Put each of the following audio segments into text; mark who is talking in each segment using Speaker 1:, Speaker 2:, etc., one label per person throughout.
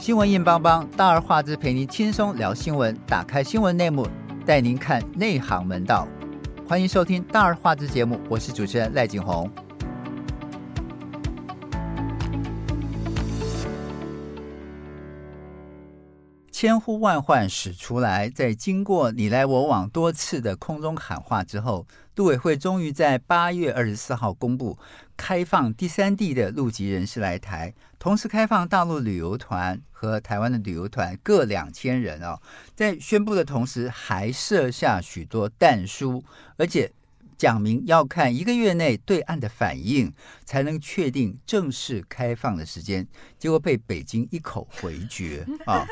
Speaker 1: 新闻硬邦邦，大而化之陪您轻松聊新闻，打开新闻内幕，带您看内行门道。欢迎收听大而化之节目，我是主持人赖景红。千呼万唤始出来，在经过你来我往多次的空中喊话之后，陆委会终于在八月二十四号公布开放第三地的陆籍人士来台，同时开放大陆旅游团和台湾的旅游团各两千人哦。在宣布的同时，还设下许多弹书，而且讲明要看一个月内对岸的反应，才能确定正式开放的时间。结果被北京一口回绝啊！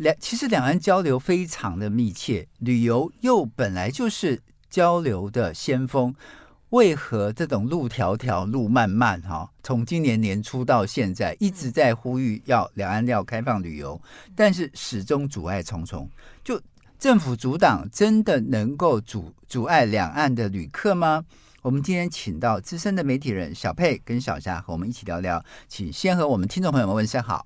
Speaker 1: 两其实两岸交流非常的密切，旅游又本来就是交流的先锋，为何这种路迢迢路漫漫哈、从今年年初到现在一直在呼吁要两岸要开放旅游，但是始终阻碍重重。就政府阻挡真的能够阻阻碍两岸的旅客吗？我们今天请到资深的媒体人小佩跟小霞和我们一起聊聊，请先和我们听众朋友们问声好。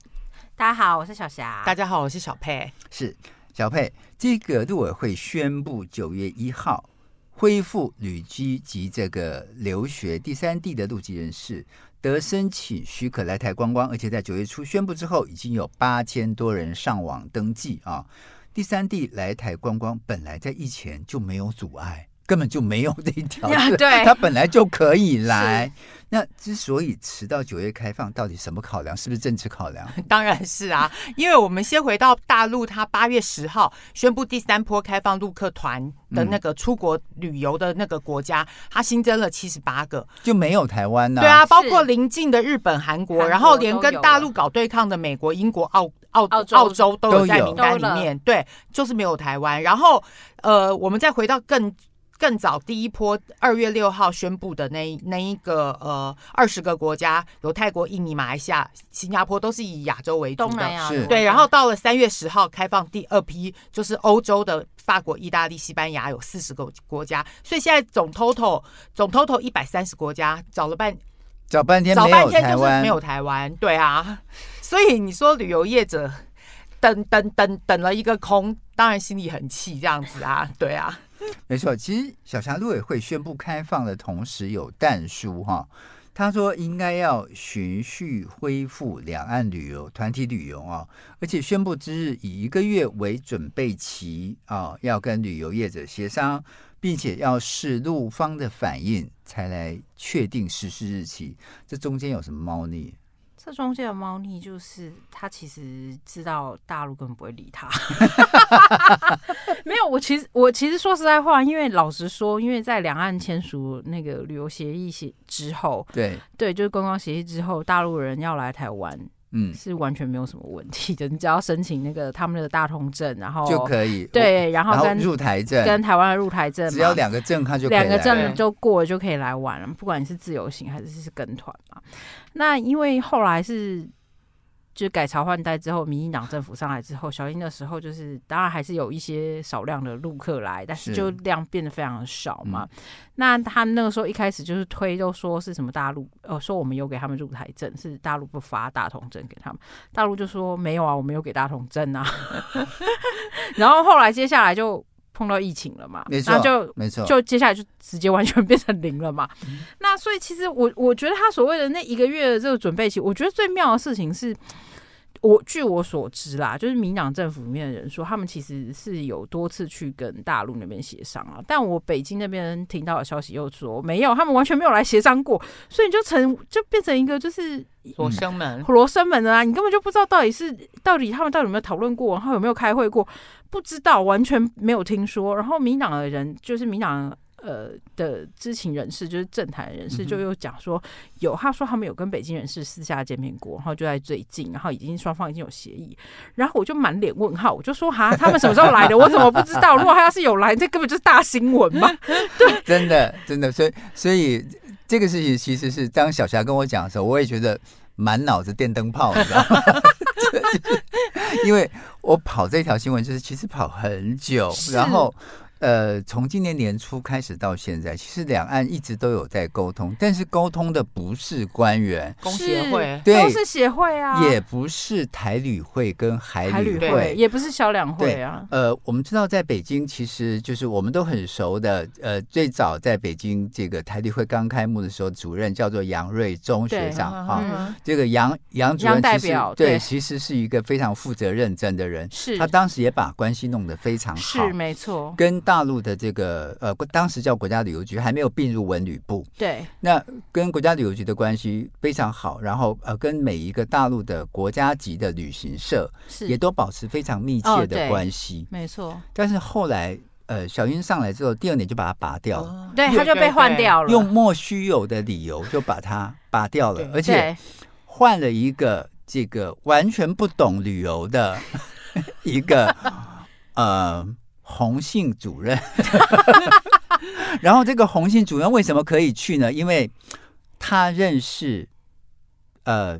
Speaker 2: 大家好，我是小霞。
Speaker 3: 大家好，我是小佩。
Speaker 1: 是小佩，这个陆委会宣布九月一号恢复旅居及这个留学第三地的陆籍人士得申请许可来台观光，而且在九月初宣布之后，已经有八千多人上网登记啊。第三地来台观光本来在疫前就没有阻碍，根本就没有这一条
Speaker 3: 啊
Speaker 2: 呀
Speaker 1: 路，
Speaker 2: 对
Speaker 1: 他本来就可以来。那之所以迟到九月开放，到底什么考量？是不是政治考量？
Speaker 3: 当然是啊，因为我们先回到大陆，它八月十号宣布第三波开放陆客团的那个出国旅游的那个国家，它新增了七十八个。
Speaker 1: 就没有台湾呢、
Speaker 3: 对啊，
Speaker 2: 是
Speaker 3: 包括邻近的日本、韩国，
Speaker 2: 韩国
Speaker 3: 然后连
Speaker 2: 都有
Speaker 3: 跟大陆搞对抗的美国、英国、澳澳
Speaker 2: 澳洲
Speaker 3: 洲澳洲都有在
Speaker 1: 都有
Speaker 3: 名单里面。对，就是没有台湾。然后呃，我们再回到更。更早第一波二月六号宣布的那一那一个呃二十个国家，有泰国、印尼、马来西亚、新加坡，都是以亚洲为主
Speaker 2: 东
Speaker 3: 的
Speaker 2: 南亚
Speaker 1: 是
Speaker 3: 对，然后到了三月十号开放第二批，就是欧洲的法国、意大利、西班牙有四十个国家，所以现在总 total 总 total 一百三十国家，找了半
Speaker 1: 找半天
Speaker 3: 找
Speaker 1: 没有
Speaker 3: 半天
Speaker 1: 台
Speaker 3: 就是
Speaker 1: 湾，
Speaker 3: 没有台湾，对啊， 所以你说旅游业者等等等等了一个空，当然心里很气这样子啊，对啊，
Speaker 1: 没错，其实小霞陆委会宣布开放的同时，有淡书哈，他说应该要循序恢复两岸旅游、团体旅游啊，而且宣布之日以一个月为准备期啊，要跟旅游业者协商，并且要视陆方的反应才来确定实施日期。这中间有什么猫腻？
Speaker 2: 这中间的猫腻就是他其实知道大陆根本不会理他。 没有，我其实我其实说实在话，因为老实说，因为在两岸签署那个旅游协议协之后，
Speaker 1: 对，
Speaker 2: 对，就是观光协议之后，大陆人要来台湾
Speaker 1: 嗯，
Speaker 2: 是完全没有什么问题的。你只要申请那个他们的大通证，然后
Speaker 1: 就可以。
Speaker 2: 哦对，
Speaker 1: 我，然
Speaker 2: 然后
Speaker 1: 后
Speaker 2: 跟
Speaker 1: 入台证，
Speaker 2: 跟台湾的入台证嘛，
Speaker 1: 只要两个证，他就可以
Speaker 2: 两个
Speaker 1: 来
Speaker 3: 来
Speaker 2: 证
Speaker 3: 了
Speaker 2: 就过了就可以来玩了，不管你是自由行还是是跟团嘛。那因为后来是就改朝换代之后，民进党政府上来之后，小英的时候就是当然还是有一些少量的陆客来，但是
Speaker 1: 是嗯
Speaker 2: 就量变得非常的少嘛。那他那个时候一开始就是推都说是什么大陆，呃，说我们有给他们入台证，是大陆不发大同证给他们，大陆就说没有啊，我没有给大同 证啊。 然后后来接下来就碰到疫情了嘛，
Speaker 1: 没错
Speaker 2: 那就
Speaker 1: 没错，
Speaker 2: 就接下来就直接完全变成零了嘛。那所以其实我我觉得他所谓的那一个月的这个准备期，我觉得最妙的事情是。我据我所知啦，就是民党政府里面的人说，他们其实是有多次去跟大陆那边协商啊，但我北京那边听到的消息又说没有，他们完全没有来协商过，所以你就成就变成一个就是
Speaker 3: 罗
Speaker 1: 嗯
Speaker 3: 生门。
Speaker 2: 罗生门啊，你根本就不知道到底是到底他们到底有没有讨论过，然后有没有开会过，不知道，完全没有听说。然后民党的人，就是民党呃的知情人士，就是政坛人士，
Speaker 1: 嗯哼
Speaker 2: 就又讲说有，他说他们有跟北京人士私下见面过，然后就在最近，然后已经双方已经有协议。然后我就满脸问号，我就说哈，他们什么时候来的？我怎么不知道？如果他要是有来，这根本就是大新闻 嘛。
Speaker 1: 真的，真的，所以所以这个事情其实是当小霞跟我讲的时候，我也觉得满脑子电灯泡，你知道吗？ 就是因为我跑这条新闻，就是其实跑很久，
Speaker 2: 是
Speaker 1: 然后呃，从今年年初开始到现在，其实两岸一直都有在沟通，但是沟通的不是官员，
Speaker 3: 工协会
Speaker 2: 是
Speaker 1: 对
Speaker 2: 都是协会啊，
Speaker 1: 也不是台旅会跟海
Speaker 2: 海
Speaker 1: 旅
Speaker 2: 旅
Speaker 1: 会
Speaker 2: 会，。也不是小两会啊。
Speaker 1: 呃，我们知道，在北京其实就是我们都很熟的。呃，最早在北京这个台旅会刚开幕的时候，主任叫做杨瑞忠学
Speaker 2: 对
Speaker 1: 长
Speaker 3: 嗯
Speaker 1: 啊、
Speaker 2: 嗯，
Speaker 1: 这个杨杨主任
Speaker 2: 杨代
Speaker 1: 其实
Speaker 2: 表
Speaker 1: 对，
Speaker 2: 对
Speaker 1: 其实是一个非常负责认真的人。
Speaker 2: 是
Speaker 1: 他当时也把关系弄得非常好
Speaker 2: 是，没错，
Speaker 1: 跟大陆的这个呃，国当时叫国家旅游局，还没有并入文旅部，
Speaker 2: 对，
Speaker 1: 那跟国家旅游局的关系非常好，然后呃，跟每一个大陆的国家级的旅行社也
Speaker 2: 是
Speaker 1: 都保持非常密切
Speaker 2: 哦
Speaker 1: 的
Speaker 2: 对
Speaker 1: 关系。
Speaker 2: 没错，
Speaker 1: 但是后来呃，小英上来之后，第二年就把它拔掉了，
Speaker 3: 哦
Speaker 2: 对，他就被换掉了，
Speaker 1: 用莫须有的理由就把它拔掉了
Speaker 3: 对，
Speaker 1: 而且
Speaker 2: 对
Speaker 1: 换了一个这个完全不懂旅游 的一个呃红杏主任， 然后这个红杏主任为什么可以去呢？因为他认识呃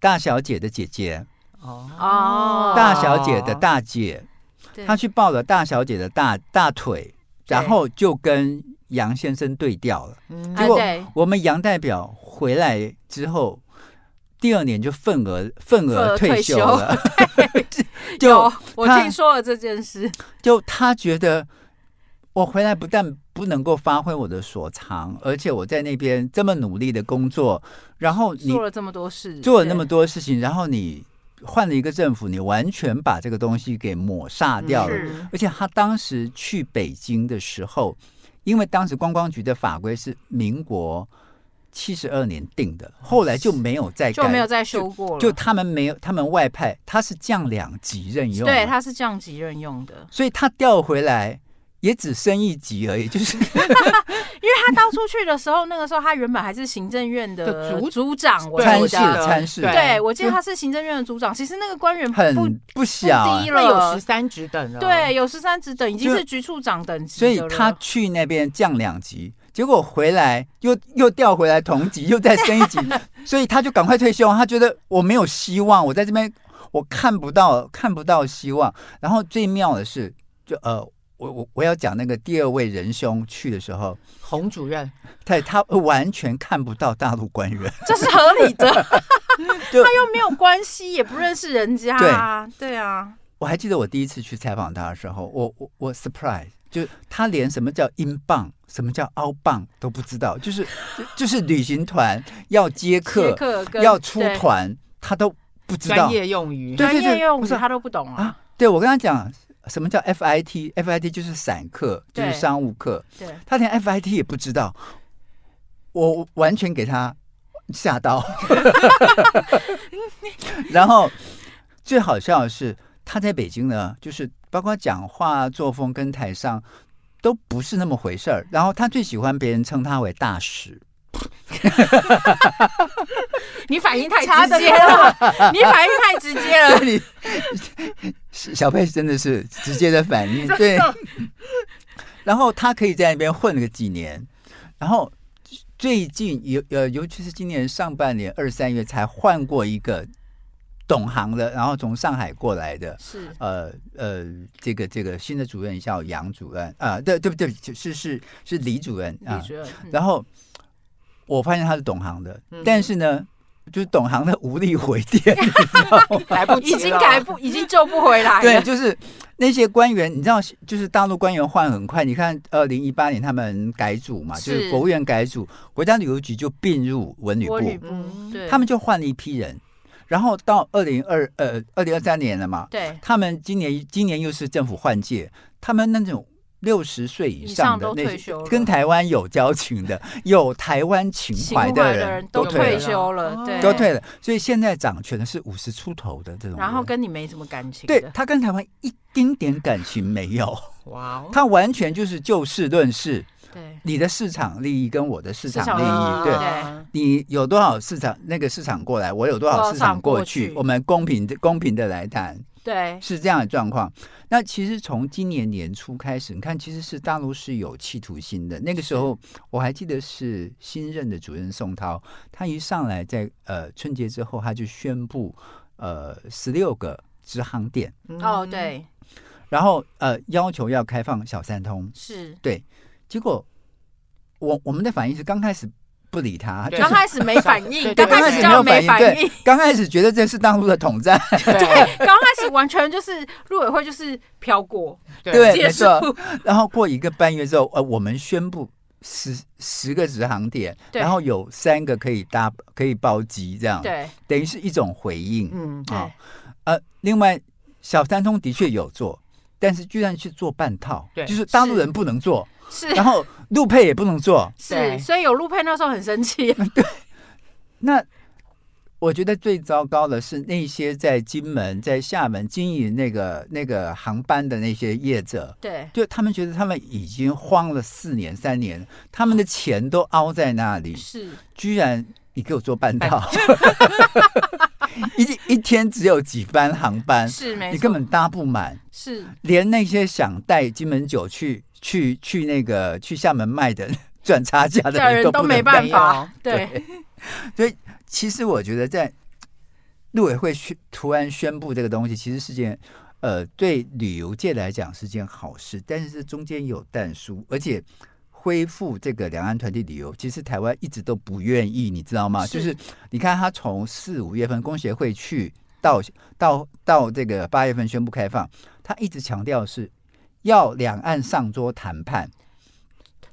Speaker 1: 大小姐的姐姐，
Speaker 3: 啊
Speaker 2: 哦
Speaker 1: 大小姐的大姐，
Speaker 2: 对
Speaker 1: 他去抱了大小姐的大大腿，
Speaker 2: 对
Speaker 1: 然后就跟杨先生对调了。
Speaker 3: 嗯
Speaker 1: 结
Speaker 2: 啊
Speaker 1: 果
Speaker 2: 对
Speaker 1: 我们杨代表回来之后，第二年就份额份额退休了， 就
Speaker 2: 有我
Speaker 1: 他
Speaker 2: 听说了这件事，
Speaker 1: 就他觉得我回来不但不能够发挥我的所长，而且我在那边这么努力的工作，然后你
Speaker 2: 做了这么多事，
Speaker 1: 做了那
Speaker 2: 对
Speaker 1: 么多事情，然后你换了一个政府，你完全把这个东西给抹煞掉了。
Speaker 2: 是
Speaker 1: 而且他当时去北京的时候，因为当时观光局的法规是民国七十二年定的，后来就没有再改，
Speaker 2: 就没有再修过了，
Speaker 1: 就他们没有，他们外派，他是降两级任用，
Speaker 2: 对，，他是降级任用的，
Speaker 1: 所以他调回来也只升一级而已，就是
Speaker 2: 因为他当初去的时候，那个时候他原本还是行政院的
Speaker 3: 的组
Speaker 2: 组长，我
Speaker 3: 对
Speaker 1: 参
Speaker 2: 记
Speaker 1: 事
Speaker 3: 我记
Speaker 2: 得，
Speaker 3: 得
Speaker 1: 参事
Speaker 3: 对
Speaker 2: 对我记得他是行政院的组长，其实那个官员不
Speaker 1: 很不小
Speaker 2: 不
Speaker 1: 啊
Speaker 2: 低，
Speaker 3: 那有
Speaker 2: 了
Speaker 3: 十，三职等了，
Speaker 2: 对，有十三职等，已经
Speaker 1: 就是
Speaker 2: 局处长等级
Speaker 1: 所以
Speaker 2: 的了
Speaker 1: 他去那边降两级。结果回来又又调回来同级，又再升一级，所以他就赶快退休。他觉得我没有希望，我在这边我看不到看不到希望。然后最妙的是，就呃，我我我要讲那个第二位仁兄去的时候，
Speaker 3: 洪主任
Speaker 1: 他他完全看不到大陆官员，
Speaker 2: 这是合理的，
Speaker 1: 就
Speaker 2: 他又没有关系，也不认识人家啊，对啊，
Speaker 1: 我还记得我第一次去采访他的时候，我我我 surprise，就是他连什么叫英镑、什么叫澳镑都不知道，就是就就是旅行团要接
Speaker 2: 捷
Speaker 1: 客、
Speaker 2: 克跟
Speaker 1: 要出，团，他都不知道
Speaker 3: 专。业用语
Speaker 1: 对
Speaker 2: 对
Speaker 1: 对
Speaker 2: 专
Speaker 1: 对
Speaker 2: 业用
Speaker 1: 不
Speaker 2: 语
Speaker 1: 是
Speaker 2: 他都不懂啊
Speaker 1: 啊，对我跟他讲什么叫 FIT，FIT 就是散客，就
Speaker 2: 对
Speaker 1: 是商务客，
Speaker 2: 对，
Speaker 1: 他连 FIT 也不知道，我完全给他吓到。然后最好笑的是，他在北京呢，就是包括讲话作风跟台上都不是那么回事儿。然后他最喜欢别人称他为大使，
Speaker 2: 你反应太
Speaker 3: 差得
Speaker 2: 直接了，你反应太直接了，
Speaker 1: 你小佩真的是直接的反应，对。然后他可以在那边混了个几年，然后最近尤呃，尤其是今年上半年二三月才换过一个懂行的，然后从上海过来的，
Speaker 2: 是
Speaker 1: 呃呃，这个这个新的主任叫杨主任啊、对对不对？是是是李主任啊
Speaker 2: 李，主任，嗯
Speaker 1: 然后我发现他是懂行的，
Speaker 3: 嗯
Speaker 1: 但是呢，就是懂行的无力回天，
Speaker 3: 来不及
Speaker 2: 已
Speaker 3: 了
Speaker 2: 经改不，已经救不回来
Speaker 1: 对，
Speaker 2: 了，
Speaker 1: 就是那些官员，你知道，就是大陆官员换很快。你看，二零一八年他们改组嘛，
Speaker 2: 是
Speaker 1: 就是国务院改组，国家旅游局就并入文旅
Speaker 2: 我吕
Speaker 1: 部，
Speaker 2: 布
Speaker 3: 嗯，
Speaker 2: 对，
Speaker 1: 他们就换了一批人。然后到二零二呃二零二三年了嘛，
Speaker 2: 对
Speaker 1: 他们今年今年又是政府换届，他们那种六十岁以上的
Speaker 2: 以上都
Speaker 1: 那
Speaker 2: 退
Speaker 1: 些
Speaker 2: 休了
Speaker 1: 跟台湾有交情的、有台湾情
Speaker 2: 情
Speaker 1: 怀
Speaker 2: 怀
Speaker 1: 的
Speaker 2: 的
Speaker 1: 人
Speaker 2: 人都
Speaker 3: 都
Speaker 1: 退
Speaker 2: 退
Speaker 1: 了，哦
Speaker 2: 休了，对，
Speaker 1: 都退了。所以现在掌权的是五十出头的这种人，
Speaker 2: 然后跟你没什么感情，
Speaker 1: 对，他跟台湾一丁点感情没 有，
Speaker 3: 哇哦，
Speaker 1: 他完全就是就事论事，
Speaker 2: 对，
Speaker 1: 你的市场利益跟我的市场
Speaker 2: 市场
Speaker 1: 利益，
Speaker 3: 嗯
Speaker 2: 利益
Speaker 1: 对
Speaker 2: 对
Speaker 1: 你有多少市场，那个市场过来，我有多少市场过
Speaker 2: 多少市场过
Speaker 1: 去，
Speaker 2: 去
Speaker 1: 我们公平的公平的来谈，
Speaker 2: 对，
Speaker 1: 是这样的状况。那其实从今年年初开始，你看其实是大陆是有企图心的，那个时候我还记得是新任的主任宋涛，他一上来在呃春节之后，他就宣布呃十六个直航点。
Speaker 3: 嗯
Speaker 2: 哦哦，对，
Speaker 1: 然后呃要求要开放小三通，
Speaker 2: 是
Speaker 1: 结果我我们的反应是刚开始不理他，就
Speaker 3: 对
Speaker 1: 是
Speaker 2: 刚开始没反应，
Speaker 3: 对
Speaker 2: 刚
Speaker 1: 刚
Speaker 3: 对
Speaker 2: 开
Speaker 1: 开
Speaker 2: 始
Speaker 1: 始
Speaker 2: 叫
Speaker 1: 没有
Speaker 2: 没
Speaker 1: 反应，
Speaker 2: 反应
Speaker 1: 对，，刚开始觉得这是大陆的统战，
Speaker 3: 对
Speaker 2: 刚开始完全就是陆委会就是飘过，
Speaker 1: 对
Speaker 2: 结
Speaker 1: 没
Speaker 2: 束
Speaker 1: 错然后过一个半月之后，呃，我们宣布十十个直航点，
Speaker 2: 对
Speaker 1: 然后有三个可以搭可以包机，这样
Speaker 2: 对
Speaker 1: 等于是一种回应
Speaker 3: 嗯，
Speaker 2: 对
Speaker 1: 啊、呃，另外小三通的确有做，但是居然去做半套，
Speaker 3: 对
Speaker 1: 就是大陆人不能做，
Speaker 2: 是
Speaker 1: 然后陆配也不能做。
Speaker 2: 是，
Speaker 3: 对
Speaker 2: 所以有陆佩那时候很生气，
Speaker 1: 嗯那我觉得最糟糕的是那些在金门、在厦门经营那个那个航班的那些业者，
Speaker 2: 对
Speaker 1: 就他们觉得他们已经荒了四年三年，他们的钱都凹在那里，
Speaker 2: 是
Speaker 1: 居然你给我做半套， 一一天只有几班航班，
Speaker 2: 是没
Speaker 1: 嗯你根
Speaker 2: 错，
Speaker 1: 本搭不满，
Speaker 2: 是
Speaker 1: 连那些想带金门酒去去去那个去厦门卖的 赚差价的
Speaker 2: 这人
Speaker 1: 人
Speaker 2: 都
Speaker 1: 不
Speaker 2: 没
Speaker 1: 能
Speaker 2: 办
Speaker 1: 办。
Speaker 2: 法，对
Speaker 1: 其实我觉得在陆委会宣突然宣布这个东西，其实是件。呃，对旅游界来讲是件好事，但是这中间有淡疏，而且恢复这个两岸团体旅游，其实台湾一直都不愿意，你知道吗？
Speaker 2: 是
Speaker 1: 就是你看，他从四五月份工协会去到到到这个八月份宣布开放，他一直强调是要两岸上桌谈判，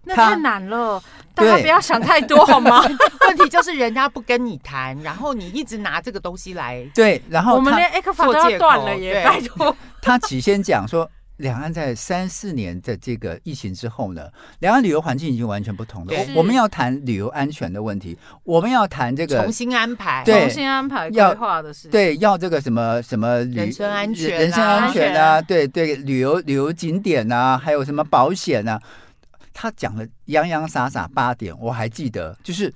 Speaker 2: 那
Speaker 1: 他
Speaker 2: 太难了，大家
Speaker 1: 对
Speaker 2: 不要想太多好 吗？
Speaker 3: 问题就是人家不跟你谈，然后你一直拿这个东西来，
Speaker 1: 对，然后
Speaker 2: 我们
Speaker 1: 他
Speaker 2: 连 A 克法都
Speaker 3: 做
Speaker 2: 要
Speaker 3: 借
Speaker 2: 断
Speaker 3: 口
Speaker 2: 了耶，
Speaker 3: 对
Speaker 2: 拜托，
Speaker 1: 他起先讲说，两岸在三四年的这个疫情之后呢，两岸旅游环境已经完全不同了。
Speaker 3: 对
Speaker 1: 我我们要谈旅游安全的问题，我们要谈这个
Speaker 3: 重新安排，哦
Speaker 1: 对
Speaker 2: 重新安排规
Speaker 1: 要
Speaker 2: 划的事，
Speaker 1: 对要这个什么什么旅
Speaker 3: 人身安全啊
Speaker 1: 人人身安全
Speaker 2: 安
Speaker 1: 啊，对对，旅游旅游景点啊，还有什么保险啊，他讲了洋洋洒洒八点，我还记得，就是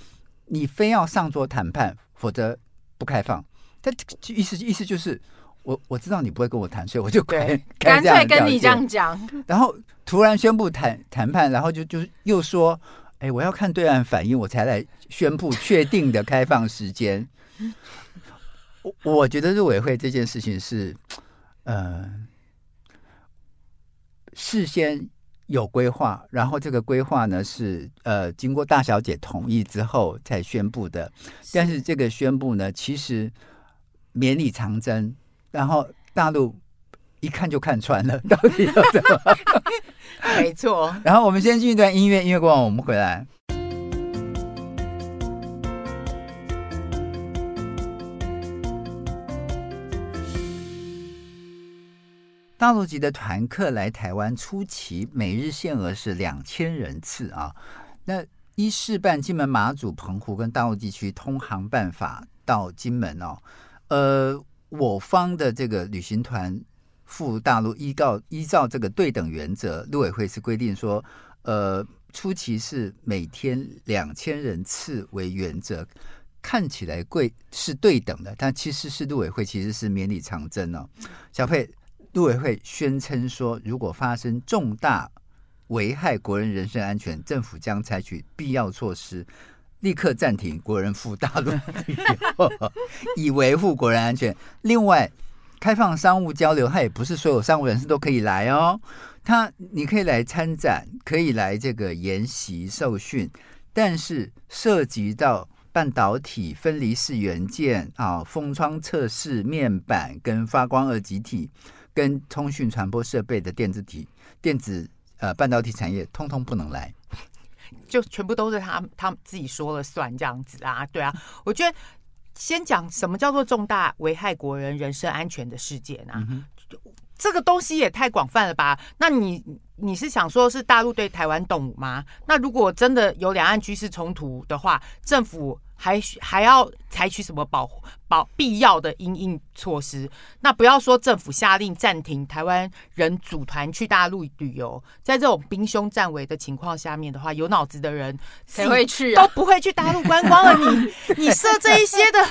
Speaker 1: 你非要上桌谈判，否则不开放。他意思意思就是。我我知道你不会跟我谈，所以我就
Speaker 3: 对
Speaker 1: 开开
Speaker 2: 干
Speaker 1: 这样
Speaker 2: 脆
Speaker 1: 的
Speaker 2: 跟
Speaker 1: 条
Speaker 2: 你这
Speaker 1: 件
Speaker 2: 样讲，
Speaker 1: 然后突然宣布谈谈判，然后就就是又说，哎，我要看对岸反应，我才来宣布确定的开放时间。我我觉得陆委会这件事情是，呃，事先有规划，然后这个规划呢是呃经过大小姐同意之后才宣布的，但是这个宣布呢，其实绵里藏针，然后大陆一看就看穿了，到底要怎么
Speaker 3: 没错。
Speaker 1: 然后我们先进一段音乐，音乐过后我们回来。大陆籍的团客来台湾初期，每日限额是两千人次啊。那依示办金门、马祖、澎湖跟大陆地区通航办法到金门哦，呃，我方的这个旅行团赴大陆依照依照这个对等原则，陆委会是规定说，呃，初期是每天两千人次为原则，看起来贵是对等的，但其实是陆委会其实是绵里藏针哦。小佩，陆委会宣称说，如果发生重大危害国人人身安全，政府将采取必要措施。立刻暂停国人赴大陆旅游，以维护国人安全。另外，开放商务交流，它也不是所有商务人士都可以来哦。他你可以来参展，可以来这个研习受训，但是涉及到半导体、分离式元件啊、封窗测试、面板跟发光二极体、跟通讯传播设备的电子体、电子呃半导体产业，通通不能来。
Speaker 3: 就全部都是他他们自己说了算这样子啊，对啊，我觉得先讲什么叫做重大危害国人人身安全的事件啊，这个东西也太广泛了吧？那你你是想说是大陆对台湾动武吗？那如果真的有两岸军事冲突的话，政府还需还要采取什么保护保必要的因应措施？那不要说政府下令暂停台湾人组团去大陆旅游，在这种兵凶战危的情况下面的话，有脑子的人
Speaker 2: 谁会去
Speaker 3: 都
Speaker 2: 啊？
Speaker 3: 不会去大陆观光了。你你设这一些的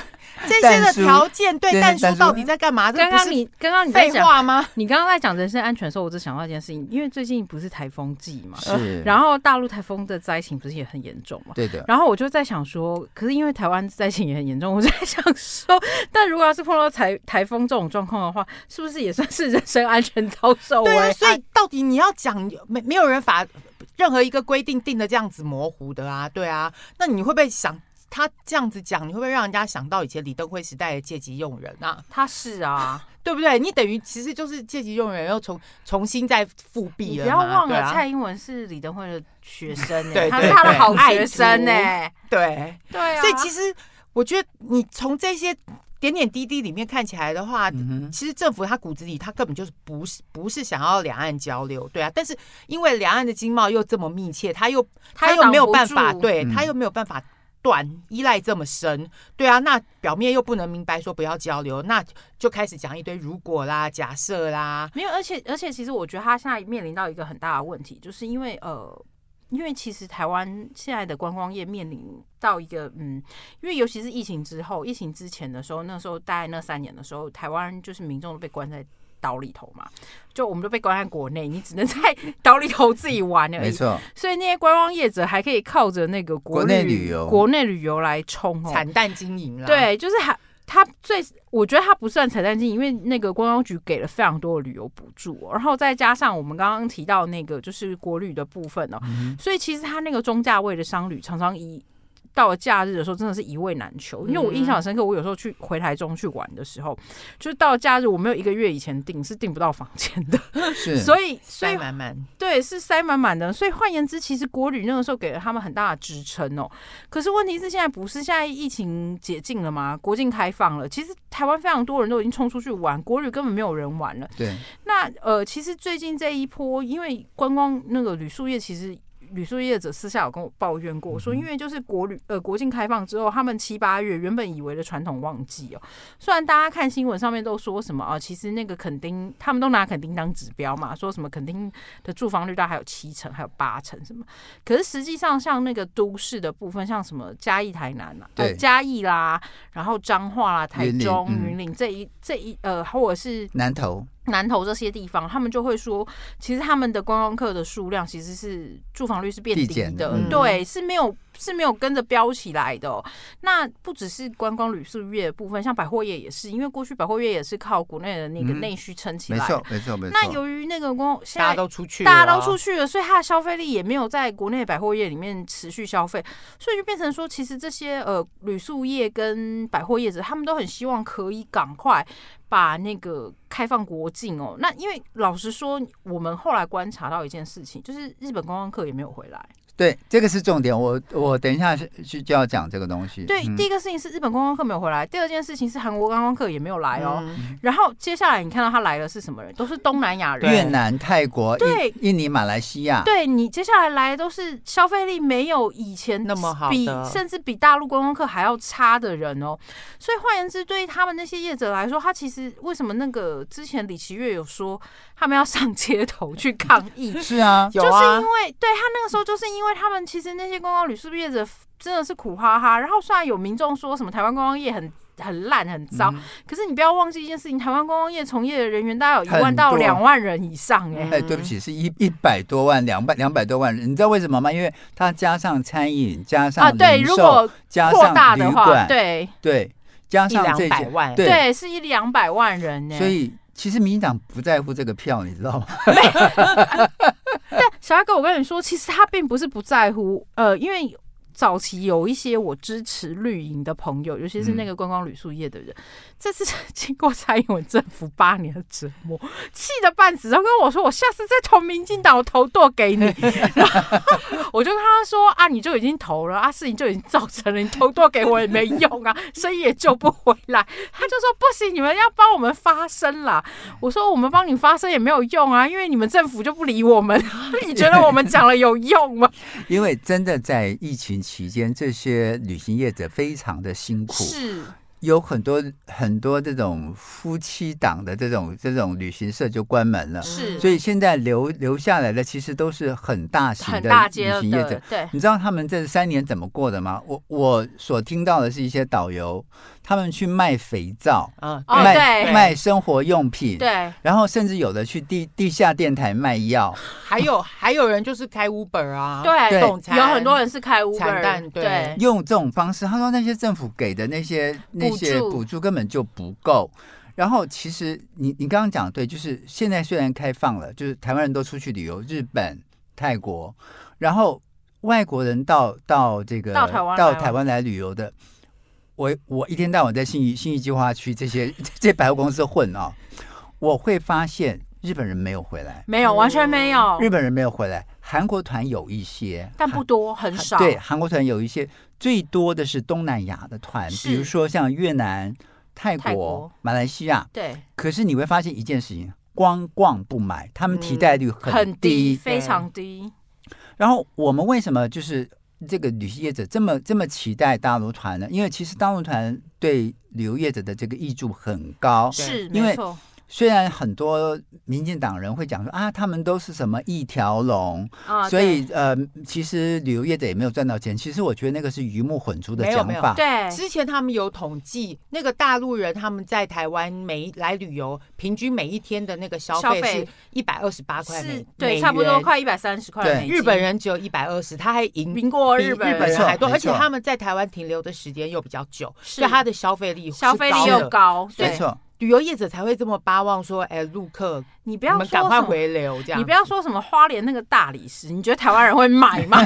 Speaker 3: 这些的
Speaker 1: 但书
Speaker 3: 条件对
Speaker 1: 对
Speaker 3: 蛋
Speaker 1: 蛋
Speaker 3: 叔
Speaker 1: 叔
Speaker 3: 到底在干嘛？这
Speaker 2: 刚
Speaker 3: 不
Speaker 2: 刚
Speaker 3: 是
Speaker 2: 你刚刚你在
Speaker 3: 废
Speaker 2: 讲，
Speaker 3: 话吗？
Speaker 2: 你刚刚在讲人身安全的时候，我只想到一件事情，因为最近不是台风季嘛，
Speaker 1: 是，
Speaker 2: 然后大陆台风的灾情不是也很严重嘛？
Speaker 1: 对
Speaker 3: 啊
Speaker 1: 的，
Speaker 2: 然后我就在想说，可是因为台湾灾情也很严重，我就在想说，但如果要是碰到台台风这种状况的话，是不是也算是人身安全遭受危
Speaker 3: 对
Speaker 1: 哎
Speaker 2: 害？
Speaker 3: 啊，所以到底你要讲没没有人法任何一个规定定的这样子模糊的啊？对啊，那你会不会想他这样子讲，你会不会让人家想到以前李登辉时代的借机用人啊？
Speaker 2: 他是啊，
Speaker 3: 对不对？你等于其实就是借机用人，又重重新再复辟
Speaker 2: 你
Speaker 3: 了嘛。
Speaker 2: 不要忘
Speaker 3: 对
Speaker 2: 了，
Speaker 3: 啊
Speaker 2: 蔡英文是李登辉的学生、欸，
Speaker 3: 对
Speaker 2: 他是
Speaker 3: 对
Speaker 2: 他的
Speaker 3: 对
Speaker 2: 好
Speaker 3: 爱
Speaker 2: 学
Speaker 3: 徒
Speaker 2: 生呢、欸
Speaker 3: 对，
Speaker 2: 对啊，
Speaker 3: 所以其实我觉得你从这些点点滴滴里面看起来的话，
Speaker 1: 嗯哼，
Speaker 3: 其实政府他骨子里他根本就是不是不是想要两岸交流，对啊，但是因为两岸的经贸又这么密切，他又
Speaker 2: 他又
Speaker 3: 又没有
Speaker 2: 挡不
Speaker 3: 办法，
Speaker 2: 住
Speaker 3: 对
Speaker 1: 嗯
Speaker 3: 他又没有办法断依赖这么深，对啊，那表面又不能明白说不要交流，那就开始讲一堆如果啦、假设啦，
Speaker 2: 没有，而且而且，其实我觉得他现在面临到一个很大的问题，就是因为呃，因为其实台湾现在的观光业面临到一个嗯，因为尤其是疫情之后，疫情之前的时候，那时候大概那三年的时候，台湾就是民众都被关在岛里头嘛，就我们都被关在国内，你只能 在岛里头自己玩而
Speaker 1: 嗯没
Speaker 2: 已。
Speaker 1: 错，
Speaker 2: 所以那些观光业者还可以靠着那个国
Speaker 1: 国内
Speaker 2: 旅
Speaker 1: 旅游
Speaker 2: 国内旅游来冲哦，
Speaker 3: 惨淡经营啦，，
Speaker 2: 对，就是还他最，我觉得他不算彩蛋金，因为那个观光局给了非常多的旅游补助哦、然后再加上我们刚刚提到那个就是国旅的部分哦，所以其实他那个中价位的商旅常常一。到了假日的时候，真的是一味难求。因为我印象很深刻，我有时候去回台中去玩的时候，就是到了假日，我没有一个月以前订是订不到房间的，
Speaker 1: 是，
Speaker 2: 所以所以
Speaker 3: 塞满满，
Speaker 2: 对，是塞满满的。所以换言之，其实国旅那个时候给了他们很大的支撑哦。可是问题是现在不是，现在疫情解禁了吗？国境开放了，其实台湾非常多人都已经冲出去玩，国旅根本没有人玩了。
Speaker 1: 对，
Speaker 2: 那呃，其实最近这一波，因为观光那个旅宿业其实。旅宿业者私下有跟我抱怨过，
Speaker 1: 嗯
Speaker 2: 说因为就是国旅呃国境开放之后，他们七八月原本以为的传统旺季哦，虽然大家看新闻上面都说什么啊，其实那个垦丁他们都拿垦丁当指标嘛，说什么垦丁的住房率大概还有七成，还有八成什么，可是实际上像那个都市的部分，像什么嘉义、台南啊，呃
Speaker 1: 对
Speaker 2: 嘉义啦，然后彰化啦、台
Speaker 1: 云林
Speaker 2: 中、
Speaker 1: 嗯
Speaker 2: 云林这一这一呃，或者是
Speaker 1: 南投
Speaker 2: 南投这些地方，他们就会说，其实他们的观光客的数量其实是住房率是变低
Speaker 1: 递减
Speaker 2: 的，
Speaker 1: 的
Speaker 3: 嗯
Speaker 2: 对，是没有是没有跟着飙起来的哦、那不只是观光旅宿业的部分，像百货业也是，因为过去百货业也是靠国内的那个
Speaker 1: 嗯
Speaker 2: 内需撑起
Speaker 1: 没
Speaker 2: 来的。
Speaker 1: 错，没错，没错。
Speaker 2: 那由于那个光现
Speaker 3: 大家
Speaker 2: 在
Speaker 3: 都出去，啊
Speaker 2: 大家都出
Speaker 3: 去，
Speaker 2: 去了，所以它的消费力也没有在国内百货业里面持续消费，所以就变成说，其实这些呃旅宿业跟百货业者，他们都很希望可以赶快把那个开放国境哦。那因为老实说，我们后来观察到一件事情，就是日本观光客也没有回来。
Speaker 3: 嗯
Speaker 1: 对，这个是重点。我我等一下是是就要讲这个东西。
Speaker 2: 对，
Speaker 1: 嗯
Speaker 2: 第一个事情是日本观光客没有回来，第二件事情是韩国观光客也没有来哦。
Speaker 3: 嗯
Speaker 2: 然后接下来你看到他来的是什么人？都是东南亚人。
Speaker 1: 越南、泰国、
Speaker 2: 对
Speaker 1: 印印尼、马来西亚，
Speaker 2: 对你接下来来的都是消费力没有以前
Speaker 3: 那么好的
Speaker 2: 比甚至比大陆观光客还要差的人哦。所以换言之，对于他们那些业者来说，他其实为什么那个之前李奇月有说他们要上街头去抗议，
Speaker 1: 是啊，
Speaker 3: 有
Speaker 2: 就是
Speaker 3: 啊
Speaker 2: 因，为对他那个时候，就是因为他们其实那些观光旅宿业者真的是苦哈哈。然后虽然有民众说什么台湾观光业很很烂很糟，
Speaker 1: 嗯
Speaker 2: 可是你不要忘记一件事情，台湾观光业从业的人员大概有一万
Speaker 1: 很
Speaker 2: 到
Speaker 1: 多
Speaker 2: 两万人以上哎、
Speaker 1: 哎，对不起，是一一百多万、两百两百多万人，你知道为什么吗？因为它加上餐饮，加
Speaker 2: 啊，
Speaker 1: 上
Speaker 2: 对，
Speaker 1: 零
Speaker 2: 如
Speaker 1: 售
Speaker 2: 果
Speaker 1: 加
Speaker 2: 扩
Speaker 1: 上
Speaker 2: 大
Speaker 1: 旅
Speaker 2: 的话，
Speaker 1: 馆，
Speaker 2: 对
Speaker 1: 对，加
Speaker 3: 一
Speaker 1: 上
Speaker 3: 两
Speaker 1: 这
Speaker 3: 百
Speaker 1: 些，
Speaker 3: 万，
Speaker 1: 对
Speaker 2: 对，是一两百万人呢。
Speaker 1: 所以其实民进党不在乎这个票，你知道吗？
Speaker 2: 小阿哥，我跟你说，其实他并不是不在乎，呃，因为早期有一些我支持绿营的朋友，尤其是那个观光旅宿业的人，这次经过蔡英文政府八年的折磨，气得半死，然后跟我说，我下次再投民进党，我投剁给你。然后我就跟他说啊，你就已经投了啊，事情就已经造成了，你投剁给我也没用啊，生意也救不回来。 他就说不行，你们要帮我们发声啦。我说我们帮你发声也没有用啊，因为你们政府就不理我们。你觉得我们讲了有用吗？
Speaker 1: 因 为真的在疫情期间，这些旅行业者非常的辛苦，
Speaker 2: 是，
Speaker 1: 有很多很多这种夫妻档的这种这种旅行社就关门了，
Speaker 3: 是
Speaker 1: 嗯所以现在留留下来的其实都是很大型
Speaker 2: 很
Speaker 1: 的
Speaker 2: 大街
Speaker 1: 旅行业者
Speaker 2: 的，。对，
Speaker 1: 你知道他们这三年怎么过的吗？我我所听到的是一些导游，他们去卖肥皂、
Speaker 3: 嗯，
Speaker 2: 哦
Speaker 1: 卖
Speaker 2: 对
Speaker 1: 卖生活用品，
Speaker 2: 对，
Speaker 1: 然后甚至有的去地地下电台卖药。
Speaker 3: 还有还有人就是开 Uber 啊，
Speaker 2: 对
Speaker 3: 送餐
Speaker 2: 有很多人是开 Uber，
Speaker 3: 惨淡对
Speaker 2: 对
Speaker 1: 用这种方式，他说那些政府给的那些那些
Speaker 2: 补助
Speaker 1: 补助根本就不够。然后其实你你刚刚讲得对，就是现在虽然开放了，就是台湾人都出去旅游，日本、泰国，然后外国人到到这个
Speaker 2: 到台湾来
Speaker 1: 到
Speaker 2: 玩
Speaker 1: 台湾来旅游的，我我一天到晚在信义信义计划区这些 这些百货公司混啊、我会发现日本人没有回来，
Speaker 2: 没有，完全没有，
Speaker 1: 哦日本人没有回来，韩国团有一些，
Speaker 2: 哦但不多，很少。
Speaker 1: 啊对，韩国团有一些最多的是东南亚的团，
Speaker 2: 是
Speaker 1: 比如说像越南、泰国、
Speaker 2: 泰国
Speaker 1: 马来西亚。
Speaker 2: 对，
Speaker 1: 可是你会发现一件事情，光逛不买，他们替代率
Speaker 2: 嗯很
Speaker 1: 低。
Speaker 2: 非常低。
Speaker 1: 然后我们为什么就是这个旅行业者这么这么期待大陆团呢？因为其实大陆团对旅游业者的这个益助很高。
Speaker 3: 对
Speaker 2: 是，
Speaker 1: 哦因为
Speaker 2: 没错，
Speaker 1: 虽然很多民进党人会讲说啊，他们都是什么一条龙，
Speaker 2: 啊，
Speaker 1: 所以呃，其实旅游业者也没有赚到钱。其实我觉得那个是鱼目混珠的
Speaker 3: 没有
Speaker 1: 讲
Speaker 3: 没有
Speaker 1: 法。
Speaker 2: 对对
Speaker 3: 之前他们有统计，那个大陆人他们在台湾每来旅游，平均每一天的那个消
Speaker 2: 消
Speaker 3: 费
Speaker 2: 费
Speaker 3: 是一百二十八块美
Speaker 2: 是
Speaker 3: 元，，
Speaker 2: 对，差不多快一百三十块
Speaker 1: 对
Speaker 2: 美金。
Speaker 3: 日本人只有一百二十，他还赢
Speaker 2: 赢过
Speaker 3: 比
Speaker 2: 日本
Speaker 3: 日本
Speaker 1: 没
Speaker 2: 人，
Speaker 1: 错
Speaker 3: 人还多，
Speaker 1: 没
Speaker 3: 而且
Speaker 1: 错
Speaker 3: 他们在台湾停留的时间又比较久，
Speaker 2: 是
Speaker 3: 所以他的消费力是
Speaker 2: 消费力
Speaker 3: 高
Speaker 2: 又
Speaker 3: 的
Speaker 2: 高，
Speaker 3: 对
Speaker 1: 没
Speaker 2: 对，
Speaker 1: 错，
Speaker 3: 旅游业者才会这么巴望说，哎，陆客，
Speaker 2: 你不
Speaker 3: 你
Speaker 2: 要
Speaker 3: 们
Speaker 2: 说
Speaker 3: 赶快
Speaker 2: 什么。
Speaker 3: 回流这样。
Speaker 2: 你不要说什么花莲那个大理石，你觉得台湾人会买 吗？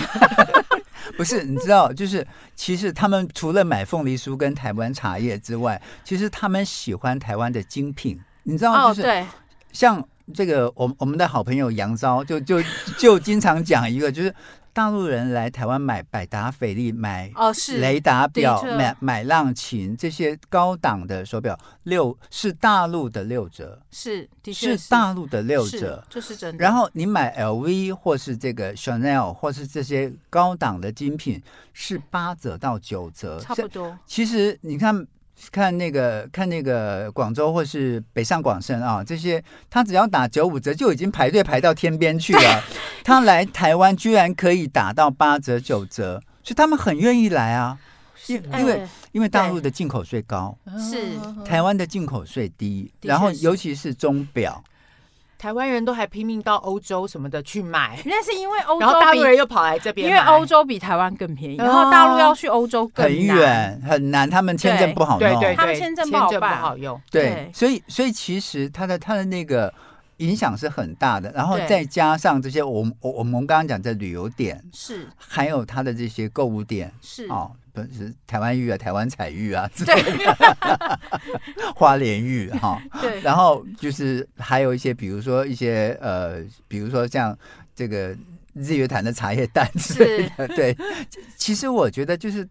Speaker 1: 不是，你知道，就是其实他们除了买凤梨酥跟台湾茶叶之外，其实他们喜欢台湾的精品。你知道，
Speaker 2: 哦，
Speaker 1: 就是
Speaker 2: 对，
Speaker 1: 像这个，我们我们的好朋友杨昭就就就经常讲一个，就是大陆人来台湾买百达翡丽、买
Speaker 2: 哦是，
Speaker 1: 雷达表、
Speaker 2: 的确
Speaker 1: 买买浪琴这些高档的手表，六是大陆的六折，
Speaker 2: 是，的确
Speaker 1: 是大陆的六
Speaker 2: 是
Speaker 1: 折。
Speaker 2: 这是真的。
Speaker 1: 然后你买 LV 或是这个 Chanel 或是这些高档的精品是八折到九折，
Speaker 2: 嗯差不多，
Speaker 1: 其实你看看那个看那个广州或是北上广深啊，这些他只要打九五折就已经排队排到天边去了， 他来台湾居然可以打到八折九折，所以他们很愿意来啊，因因为
Speaker 2: 哎
Speaker 1: 因为大陆的进口税高，
Speaker 2: 是
Speaker 3: 哦
Speaker 1: 台湾的进口税低，
Speaker 2: 的确
Speaker 1: 然后
Speaker 2: 是
Speaker 1: 尤其是钟表。
Speaker 3: 台湾人都还拼命到欧洲什么的去买，
Speaker 2: 那是因为欧洲
Speaker 3: 然后大
Speaker 2: 比
Speaker 3: 陆人又跑来这边
Speaker 2: 因
Speaker 3: 买，
Speaker 2: 为欧洲比台湾更便宜，
Speaker 3: 哦
Speaker 2: 然后大陆要去欧洲更
Speaker 1: 很
Speaker 2: 难，
Speaker 1: 远很难，他们签证
Speaker 2: 对
Speaker 1: 不好弄。
Speaker 3: 对对对，
Speaker 2: 他们签证不
Speaker 3: 签
Speaker 2: 好
Speaker 3: 证不
Speaker 2: 办
Speaker 3: 好用，
Speaker 1: 对
Speaker 2: 对，
Speaker 1: 所以所以其实它的它的那个影响是很大的，然后
Speaker 2: 对
Speaker 1: 再加上这些我们我我们刚刚讲的旅游点，
Speaker 2: 是
Speaker 1: 还有它的这些购物点
Speaker 2: 是，
Speaker 1: 哦，不是台湾玉啊、台湾彩玉啊、
Speaker 2: 对
Speaker 1: 花莲玉哈、
Speaker 2: 对
Speaker 1: 然后就是还有一些，比如说一些呃，比如说像这个日月潭的茶叶蛋之类的， 对。其实我觉得就是。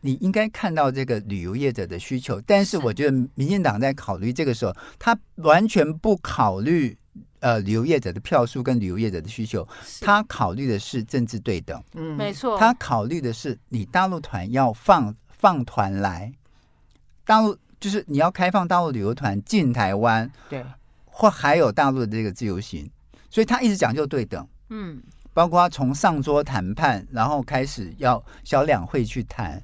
Speaker 1: 你应该看到这个旅游业者的需求，但是
Speaker 2: 是
Speaker 1: 我觉得民进党在考虑这个时候，他完全不考虑呃旅游业者的票数跟旅游业者的需求，
Speaker 2: 是哦
Speaker 1: 他考虑的是政治对等，
Speaker 3: 嗯，
Speaker 2: 没错，
Speaker 1: 他考虑的是你大陆团要放放团来，大陆就是你要开放大陆旅游团进台湾，
Speaker 3: 对，
Speaker 1: 或还有大陆的这个自由行，所以他一直讲究对等，
Speaker 2: 嗯
Speaker 1: 包括从上桌谈判，然后开始要小两会去谈，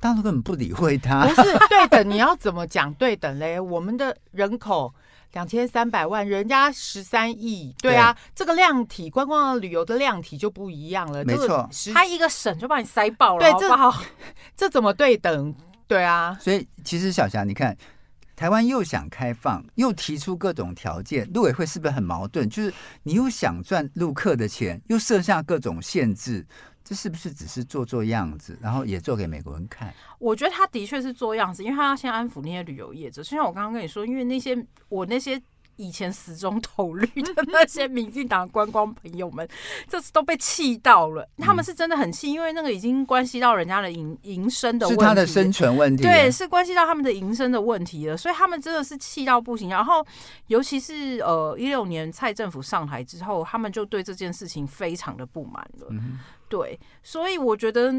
Speaker 1: 大陆根本不理会他
Speaker 3: 不。是对等，你要怎么讲对等嘞？ 我们的人口两千三百万，人家十三亿，对啊，这个量体观光旅游的量体就不一样了，
Speaker 1: 没
Speaker 3: 这个
Speaker 1: 错
Speaker 3: 十
Speaker 2: 他一个省就把你塞爆了，
Speaker 3: 对
Speaker 2: 好
Speaker 3: 这
Speaker 2: 不好？
Speaker 3: 这怎么对等？对啊，
Speaker 1: 所以其实小霞，你看台湾又想开放，又提出各种条件，陆委会是不是很矛盾？就是你又想赚陆客的钱，又设下各种限制，这是不是只是做做样子，然后也做给美国人看？
Speaker 2: 我觉得他的确是做样子，因为他要先安抚那些旅游业者。就像我刚刚跟你说，因为那些我那些以前死忠投绿的那些民进党观光朋友们，这次都被气到了。他
Speaker 1: 嗯
Speaker 2: 们是真的很气，因为那个已经关系到人家的营营生的
Speaker 1: 是
Speaker 2: 问题，
Speaker 1: 他的生存问题。啊
Speaker 2: 对，是关系到他们的营生的问题了，所以他们真的是气到不行。然后，尤其是呃，一六年蔡政府上台之后，他们就对这件事情非常的不满了。
Speaker 1: 嗯哼
Speaker 2: 对，所以我觉得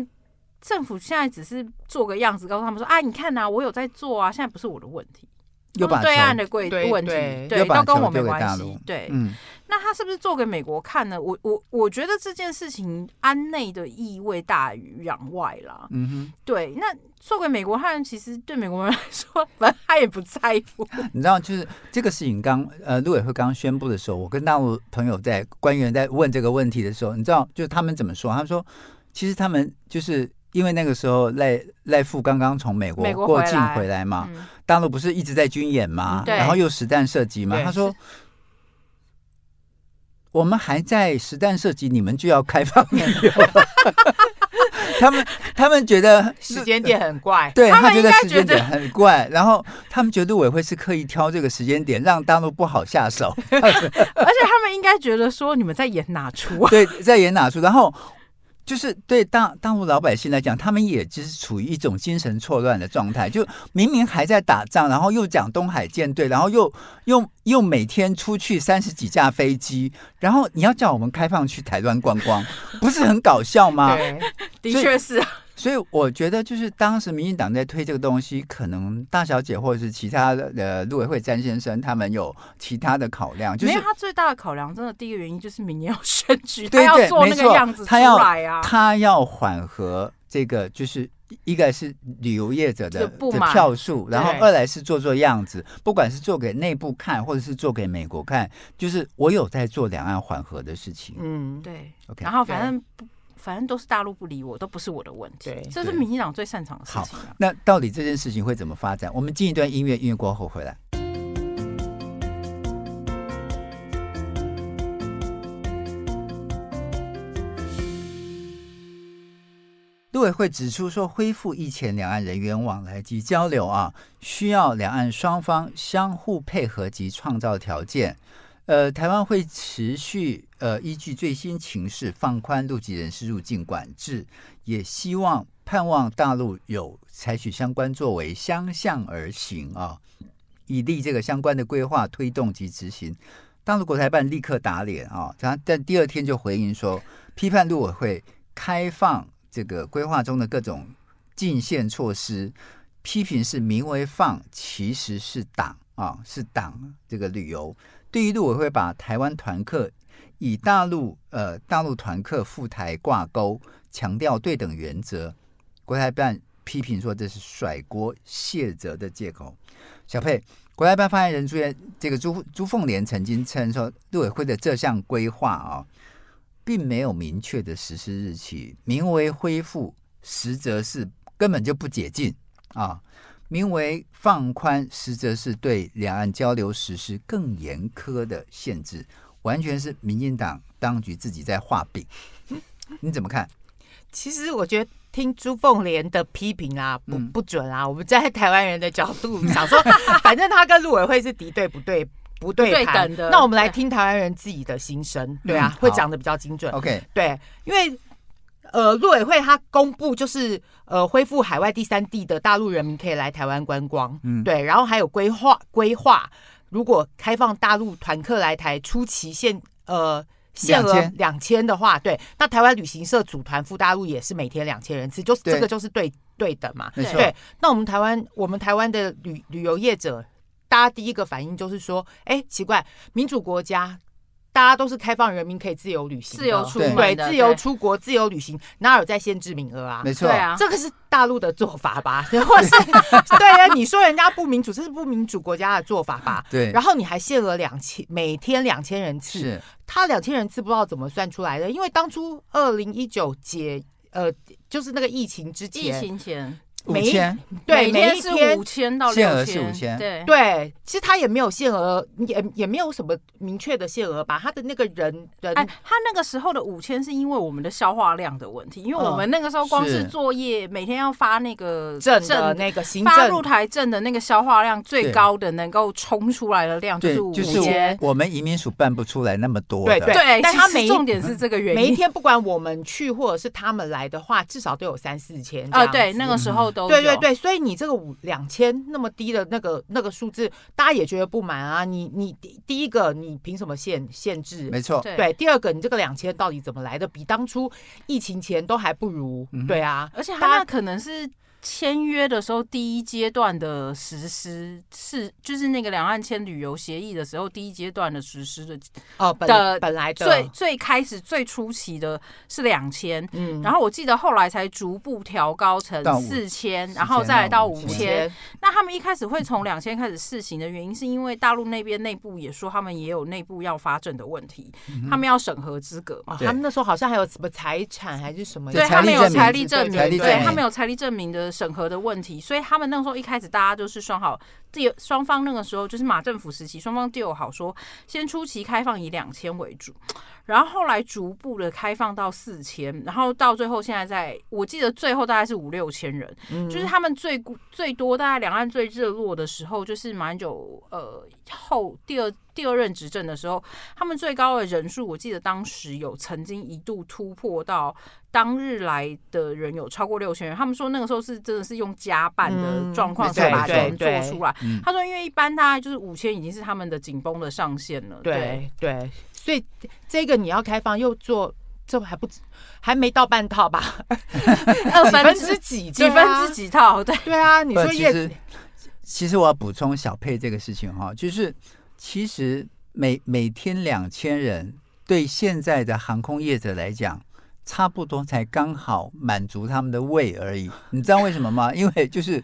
Speaker 2: 政府现在只是做个样子，告诉他们说啊，你看呐、我有在做啊，现在不是我的问题，
Speaker 1: 又
Speaker 2: 都
Speaker 1: 把
Speaker 2: 是哦对啊岸
Speaker 1: 球
Speaker 2: 的贵
Speaker 3: 对
Speaker 2: 问题
Speaker 3: 对，
Speaker 2: 对，
Speaker 1: 又把
Speaker 2: 都跟
Speaker 1: 球
Speaker 2: 我没
Speaker 1: 丢给大
Speaker 2: 关系
Speaker 1: 陆，
Speaker 2: 对，
Speaker 1: 嗯
Speaker 2: 那他是不是做给美国看呢？我我我觉得这件事情安内的意味大于攘外啦。
Speaker 1: 嗯
Speaker 2: 对，那做给美国看，其实对美国人来说，反正他也不在乎。
Speaker 1: 哼，你知道，就是这个事情刚呃陆委会刚宣布的时候，我跟大陆朋友在官员在问这个问题的时候，你知道，就是他们怎么说？他们说，其实他们就是因为那个时候赖赖富刚刚从美国
Speaker 2: 美国
Speaker 1: 过
Speaker 2: 回
Speaker 1: 境
Speaker 2: 来
Speaker 1: 回来嘛，
Speaker 2: 嗯
Speaker 1: 大陆不是一直在军演吗？
Speaker 2: 嗯对
Speaker 1: 然后又实弹射击吗？
Speaker 3: 对
Speaker 1: 他说。我们还在实弹射击，你们就要开放旅游。 他们他们觉得
Speaker 3: 时间点很怪，
Speaker 1: 对
Speaker 2: 他们
Speaker 1: 觉得
Speaker 2: 应该
Speaker 1: 时间
Speaker 2: 觉
Speaker 1: 点很怪，然后他们觉得委会是刻意挑这个时间点，让大陆不好下 手。
Speaker 2: 而且他们应该觉得说，你们在演哪出啊？
Speaker 1: 对，在演哪出？然后就是对大大陆老百姓来讲，他们也就是处于一种精神错乱的状态，就明明还在打仗，然后又讲东海舰队，然后又又又每天出去三十几架飞机，然后你要叫我们开放去台湾观光，不是很搞笑 吗？
Speaker 3: 对，
Speaker 2: 的
Speaker 1: 所以
Speaker 2: 确是啊，
Speaker 1: 所以我觉得，就是当时民进党在推这个东西，可能大小姐或者是其他的呃陆委会詹先生他们有其他的考量，就
Speaker 2: 没
Speaker 1: 是
Speaker 2: 有他最大的考量，真的第一个原因就是明年要选 举，
Speaker 1: 对
Speaker 2: 他
Speaker 1: 对
Speaker 2: 要做那
Speaker 1: 没
Speaker 2: 个
Speaker 1: 错
Speaker 2: 样子出
Speaker 1: 他要
Speaker 2: 来啊。
Speaker 1: 他要缓和这个，就是一个是旅游业者的
Speaker 2: 就不
Speaker 1: 的
Speaker 2: 满
Speaker 1: 票数，然后
Speaker 3: 对
Speaker 1: 二来是做做样子，不管是做给内部看，或者是做给美国看，就是我有在做两岸缓和的事情。
Speaker 3: 嗯，
Speaker 2: 对
Speaker 1: OK，
Speaker 2: 然后反正不，反正都是大陆不理我，都不是我的问题
Speaker 3: 对，
Speaker 2: 这是民进党最擅长的事
Speaker 1: 好
Speaker 2: 情啊。
Speaker 1: 那到底这件事情会怎么发展？我们进一段音乐，音乐过后回来。陆委会指出说，恢复以前两岸人员往来及交流啊，需要两岸双方相互配合及创造条件。呃，台湾会持续呃依据最新情势放宽陆籍人士入境管制，也希望盼望大陆有采取相关作为，相向而行啊，以利这个相关的规划推动及执行。大陆国台办立刻打脸啊，他但第二天就回应说，批判陆委会开放这个规划中的各种禁限措施，批评是名为放，其实是挡啊，是挡这个旅游。对于陆委会把台湾团客以大陆呃大陆团客赴台挂钩，强调对等原则，国台办批评说这是甩锅卸责的借口。小佩，国台办发言人朱元这个朱朱凤莲曾经称说，陆委会的这项规划啊、并没有明确的实施日期，名为恢复，实则是根本就不解禁啊。名为放宽，实则是对两岸交流实施更严苛的限制，完全是民进党当局自己在画饼。 你怎么看？
Speaker 3: 其实我觉得。听朱凤莲的批评啊，不
Speaker 1: 嗯
Speaker 3: 不准啊！我们站在台湾人的角度 想说，反正他跟陆委会是敌对不对不对
Speaker 2: 对
Speaker 3: 盘
Speaker 2: 等的
Speaker 3: 那我们来
Speaker 2: 对
Speaker 3: 听台湾人自己的心声，对啊
Speaker 1: 嗯，
Speaker 3: 会
Speaker 1: 好
Speaker 3: 讲的比较精准。
Speaker 1: OK，
Speaker 3: 对，因为呃，陆委会它公布就是呃，恢复海外第三地的大陆人民可以来台湾观光，
Speaker 1: 嗯
Speaker 3: 对，然后还有规划规划，如果开放大陆团客来台初期限呃。限额
Speaker 1: 2000
Speaker 3: 两千的话，对，那台湾旅行社组团赴大陆也是每天两千人次，就是
Speaker 1: 对
Speaker 3: 这个就是对对等嘛。
Speaker 1: 没错，
Speaker 3: 对，那我们台湾我们台湾的旅旅游业者，大家第一个反应就是说，哎，奇怪，民主国家大家都是开放人民可以自由旅行的、
Speaker 2: 自由出
Speaker 1: 对
Speaker 2: 门
Speaker 3: 对
Speaker 2: 的
Speaker 3: 自由出国、自由旅行，哪有在限制名额啊？
Speaker 1: 没错，
Speaker 2: 对啊，
Speaker 3: 这个是大陆的做法吧， 或是对啊？你说人家不民主，这是不民主国家的做法吧？
Speaker 1: 对
Speaker 3: 然后你还限额两千，每天两千人次，
Speaker 1: 是
Speaker 3: 他两千人次不知道怎么算出来的，因为当初二零一九解呃，就是那个疫情之
Speaker 2: 疫
Speaker 3: 前，
Speaker 2: 情前
Speaker 1: 五
Speaker 3: 每一
Speaker 1: 千，
Speaker 3: 对，每
Speaker 2: 天
Speaker 3: 一
Speaker 2: 是
Speaker 3: 天
Speaker 2: 五千到
Speaker 1: 限额
Speaker 2: 六
Speaker 1: 是5000
Speaker 2: 对
Speaker 3: 对，其实他也没有限额，也也没有什么明确的限额吧。他的那个人人、
Speaker 2: 哎，他那个时候的五千是因为我们的消化量的问题，因为
Speaker 3: 嗯
Speaker 2: 我们那个时候光
Speaker 1: 是
Speaker 2: 是作业，每天要发那个
Speaker 3: 证的那个行
Speaker 2: 发
Speaker 3: 政
Speaker 2: 入台证的那个消化量最
Speaker 1: 对
Speaker 2: 高的能够冲出来的量
Speaker 1: 对，
Speaker 2: 五
Speaker 1: 就是
Speaker 2: 千，
Speaker 1: 我们移民署办不出来那么多
Speaker 3: 对
Speaker 1: 的，
Speaker 2: 对，
Speaker 3: 但
Speaker 2: 其
Speaker 3: 他
Speaker 2: 实
Speaker 3: 每一
Speaker 2: 重点是这个原
Speaker 3: 每一
Speaker 2: 因。
Speaker 3: 天不管我们去或者是他们来的话，至少都有三四千这
Speaker 2: 啊，
Speaker 3: 样子。
Speaker 2: 对，那个时候后都有
Speaker 3: 对对，对，所以你这个五两千那么低的那个那个数字，大家也觉得不满啊。你你第第一个，你凭什么限限制？
Speaker 1: 没错，
Speaker 2: 对
Speaker 3: 对，第二个，你这个两千到底怎么来的？比当初疫情前都还不如。
Speaker 1: 嗯哼
Speaker 3: 对啊，
Speaker 2: 而且
Speaker 3: 大
Speaker 2: 他
Speaker 3: 家
Speaker 2: 那可能是签约的时候第一阶段的实施是，就是那个两岸签旅游协议的时候第一阶段的实施的
Speaker 3: 哦，本
Speaker 2: 的
Speaker 3: 本来的
Speaker 2: 最最开始最初期的是两千。
Speaker 3: 嗯
Speaker 2: 然后我记得后来才逐步调高成
Speaker 1: 到五
Speaker 2: 四千，
Speaker 1: 4000
Speaker 2: 然后再来到
Speaker 1: 到
Speaker 2: 五
Speaker 1: 5000
Speaker 2: 千。那他们一开始会从两千开始试行的原因，是因为大陆那边内部也说他们也有内部要发证的问题，他们要审核资格嘛
Speaker 3: 嗯哦，。
Speaker 1: 对
Speaker 3: 他们那时候好像还有什么财产还是什么，
Speaker 1: 对
Speaker 2: 对
Speaker 1: 财
Speaker 2: 他
Speaker 1: 力
Speaker 2: 们有
Speaker 1: 证明
Speaker 2: 财力证明，
Speaker 1: 财力证
Speaker 2: 对
Speaker 1: 明
Speaker 2: 他们有财力证明的审核的问题，所以他们那时候一开始大家就是算好，第双方那个时候就是马政府时期，双方 deal 好说，先初期开放以两千为主，然后后来逐步的开放到四千，然后到最后现在在我记得最后大概是五六千人，就是他们最最多大概两岸最热络的时候，就是马英九呃后第二第二任执政的时候，他们最高的人数，我记得当时有曾经一度突破到当日来的人有超过六千人。他们说那个时候是真的是用加办的
Speaker 3: 嗯
Speaker 2: 状况
Speaker 1: 没
Speaker 2: 才
Speaker 1: 错没
Speaker 2: 把
Speaker 1: 错
Speaker 2: 人做
Speaker 3: 对
Speaker 2: 出来
Speaker 1: 嗯。
Speaker 2: 他说，因为一般大概就是五千已经是他们的紧绷的上限了。对，
Speaker 3: 对对，所以这个你要开放又做，这还不止还没到半套吧？
Speaker 2: 二
Speaker 3: 几分
Speaker 2: 分
Speaker 3: 之
Speaker 2: 之
Speaker 3: 几？啊
Speaker 2: 几分之？几套？对，
Speaker 3: 对啊，你
Speaker 1: 不，
Speaker 3: 说
Speaker 1: 其
Speaker 3: 业
Speaker 1: 实其实我要补充小佩这个事情哈，就是其实每每天两千人，对现在的航空业者来讲。差不多才刚好满足他们的胃而已，你知道为什么吗？因为就是，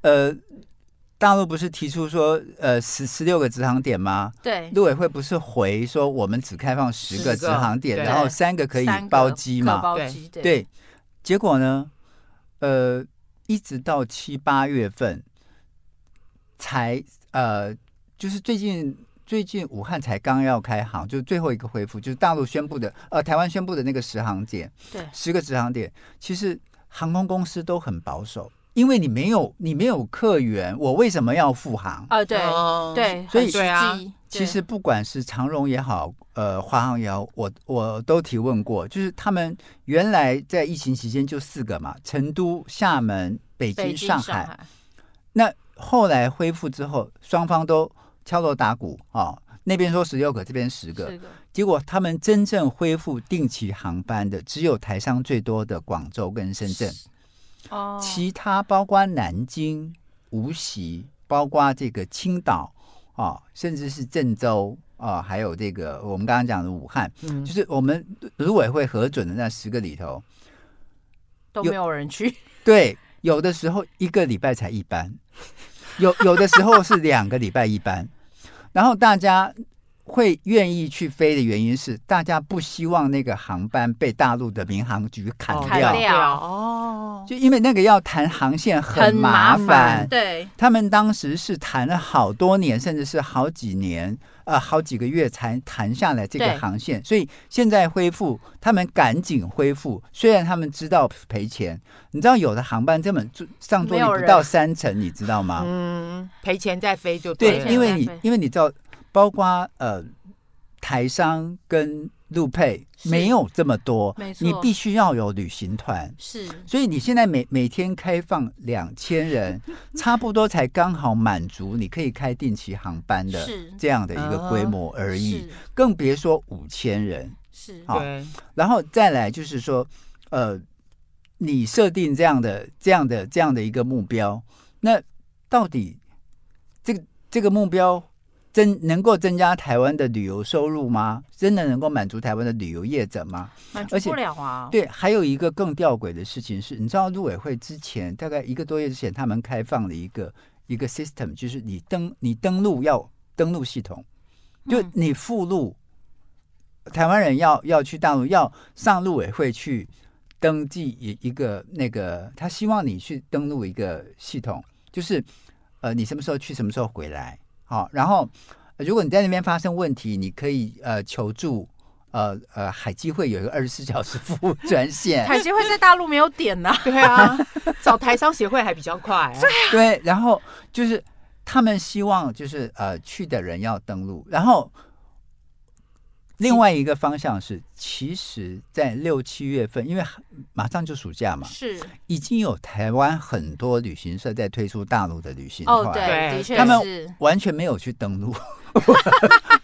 Speaker 1: 呃，大陆不是提出说，呃，十十六个直航点吗？
Speaker 2: 对，啊
Speaker 1: 陆委会不是回说我们只开放十个
Speaker 3: 10
Speaker 1: 直航点，
Speaker 3: 对
Speaker 1: 然后三个可以
Speaker 2: 三个
Speaker 1: 包机
Speaker 2: 可
Speaker 1: 嘛？
Speaker 2: 包
Speaker 3: 对
Speaker 2: 机，对，
Speaker 1: 对，结果呢，呃，一直到七八月份才呃，就是最近最近武汉才刚要开航，就是最后一个恢复，就是大陆宣布的呃，台湾宣布的那个十航点，
Speaker 2: 对
Speaker 1: 十个直航点，其实航空公司都很保守，因为你没有你没有客源，我为什么要复航？
Speaker 2: 呃，对，
Speaker 1: 嗯
Speaker 3: 哦
Speaker 2: 对，
Speaker 1: 所以
Speaker 2: 很实
Speaker 3: 对啊
Speaker 2: 际
Speaker 1: 其
Speaker 2: 对
Speaker 1: 实不管是长荣也好，呃，华航也好，我我都提问过，就是他们原来在疫情期间就四个嘛，成都、厦门、北京、
Speaker 2: 北京、
Speaker 1: 上
Speaker 2: 海，
Speaker 1: 那后来恢复之后，双方都敲锣打鼓啊、哦，那边说十六个，这边十个，
Speaker 2: 是的
Speaker 1: 结果他们真正恢复定期航班的，只有台商最多的广州跟深圳，
Speaker 2: 哦，
Speaker 1: 其他包括南京、无锡，包括这个青岛啊、甚至是郑州啊、还有这个我们刚刚讲的武汉，
Speaker 3: 嗯
Speaker 1: 就是我们组委会核准的那十个里头，
Speaker 2: 都
Speaker 1: 有
Speaker 2: 没有人去，
Speaker 1: 对，有的时候一个礼拜才一班，有有的时候是两个礼拜一班，然后大家。会愿意去飞的原因是，大家不希望那个航班被大陆的民航局砍
Speaker 3: 哦
Speaker 2: 砍
Speaker 1: 掉，
Speaker 2: 掉
Speaker 3: 哦，
Speaker 1: 就因为那个要谈航线 很麻
Speaker 2: 麻
Speaker 1: 烦，
Speaker 2: 对，
Speaker 1: 他们当时是谈了好多年，甚至是好几年，呃，好几个月才谈下来这个
Speaker 2: 对
Speaker 1: 航线。所以现在恢复，他们赶紧恢复，虽然他们知道赔钱。你知道有的航班根本就上座
Speaker 2: 没
Speaker 1: 率
Speaker 2: 有
Speaker 1: 不
Speaker 2: 人
Speaker 1: 到三成，你知道吗？
Speaker 3: 嗯，赔钱再飞就
Speaker 1: 对
Speaker 3: 了，
Speaker 2: 赔钱
Speaker 1: 因为你
Speaker 2: 对
Speaker 1: 因为你知道，包括呃台商跟陆配
Speaker 2: 是
Speaker 1: 没有这么多
Speaker 2: 没，错
Speaker 1: 你必须要有旅行团。
Speaker 2: 是
Speaker 1: 所以你现在每每天开放两千人，差不多才刚好满足你可以开定期航班的
Speaker 2: 是嗯
Speaker 1: 这样的一个规模而已，啊更别说五千人。
Speaker 2: 是是
Speaker 1: 好
Speaker 3: 对
Speaker 1: 然后再来就是说，呃，你设定这样的、这样的、这样的一个目标，那到底这个这个目标增能够增加台湾的旅游收入吗？真的能够满足台湾的旅游业者吗？
Speaker 2: 满足
Speaker 1: 而且
Speaker 2: 不了啊，
Speaker 1: 对，还有一个更吊诡的事情是，你知道陆委会之前大概一个多月之前，他们开放了一个一个 system，就是你登你登录要登录系统，就
Speaker 2: 嗯
Speaker 1: 你附录，台湾人要要去大陆要上陆委会去登记一一个那个，他希望你去登录一个系统，就是呃你什么时候去，什么时候回来，好、然后呃如果你在那边发生问题，你可以呃求助。呃呃，海基会有一个二十四小时服务专线，
Speaker 2: 海基会在大陆没有点 呐，
Speaker 3: 对啊， 找台商协会还比较快，
Speaker 1: 对，然后就是他们希望就是呃去的人要登录，然后另外一个方向是，其实，在六七月份，因为马上就暑假嘛，
Speaker 2: 是
Speaker 1: 已经有台湾很多旅行社在推出大陆的旅行团，
Speaker 2: 哦，对，
Speaker 3: 对
Speaker 2: 的确
Speaker 1: 他们
Speaker 2: 是。
Speaker 1: 完全没有去登录，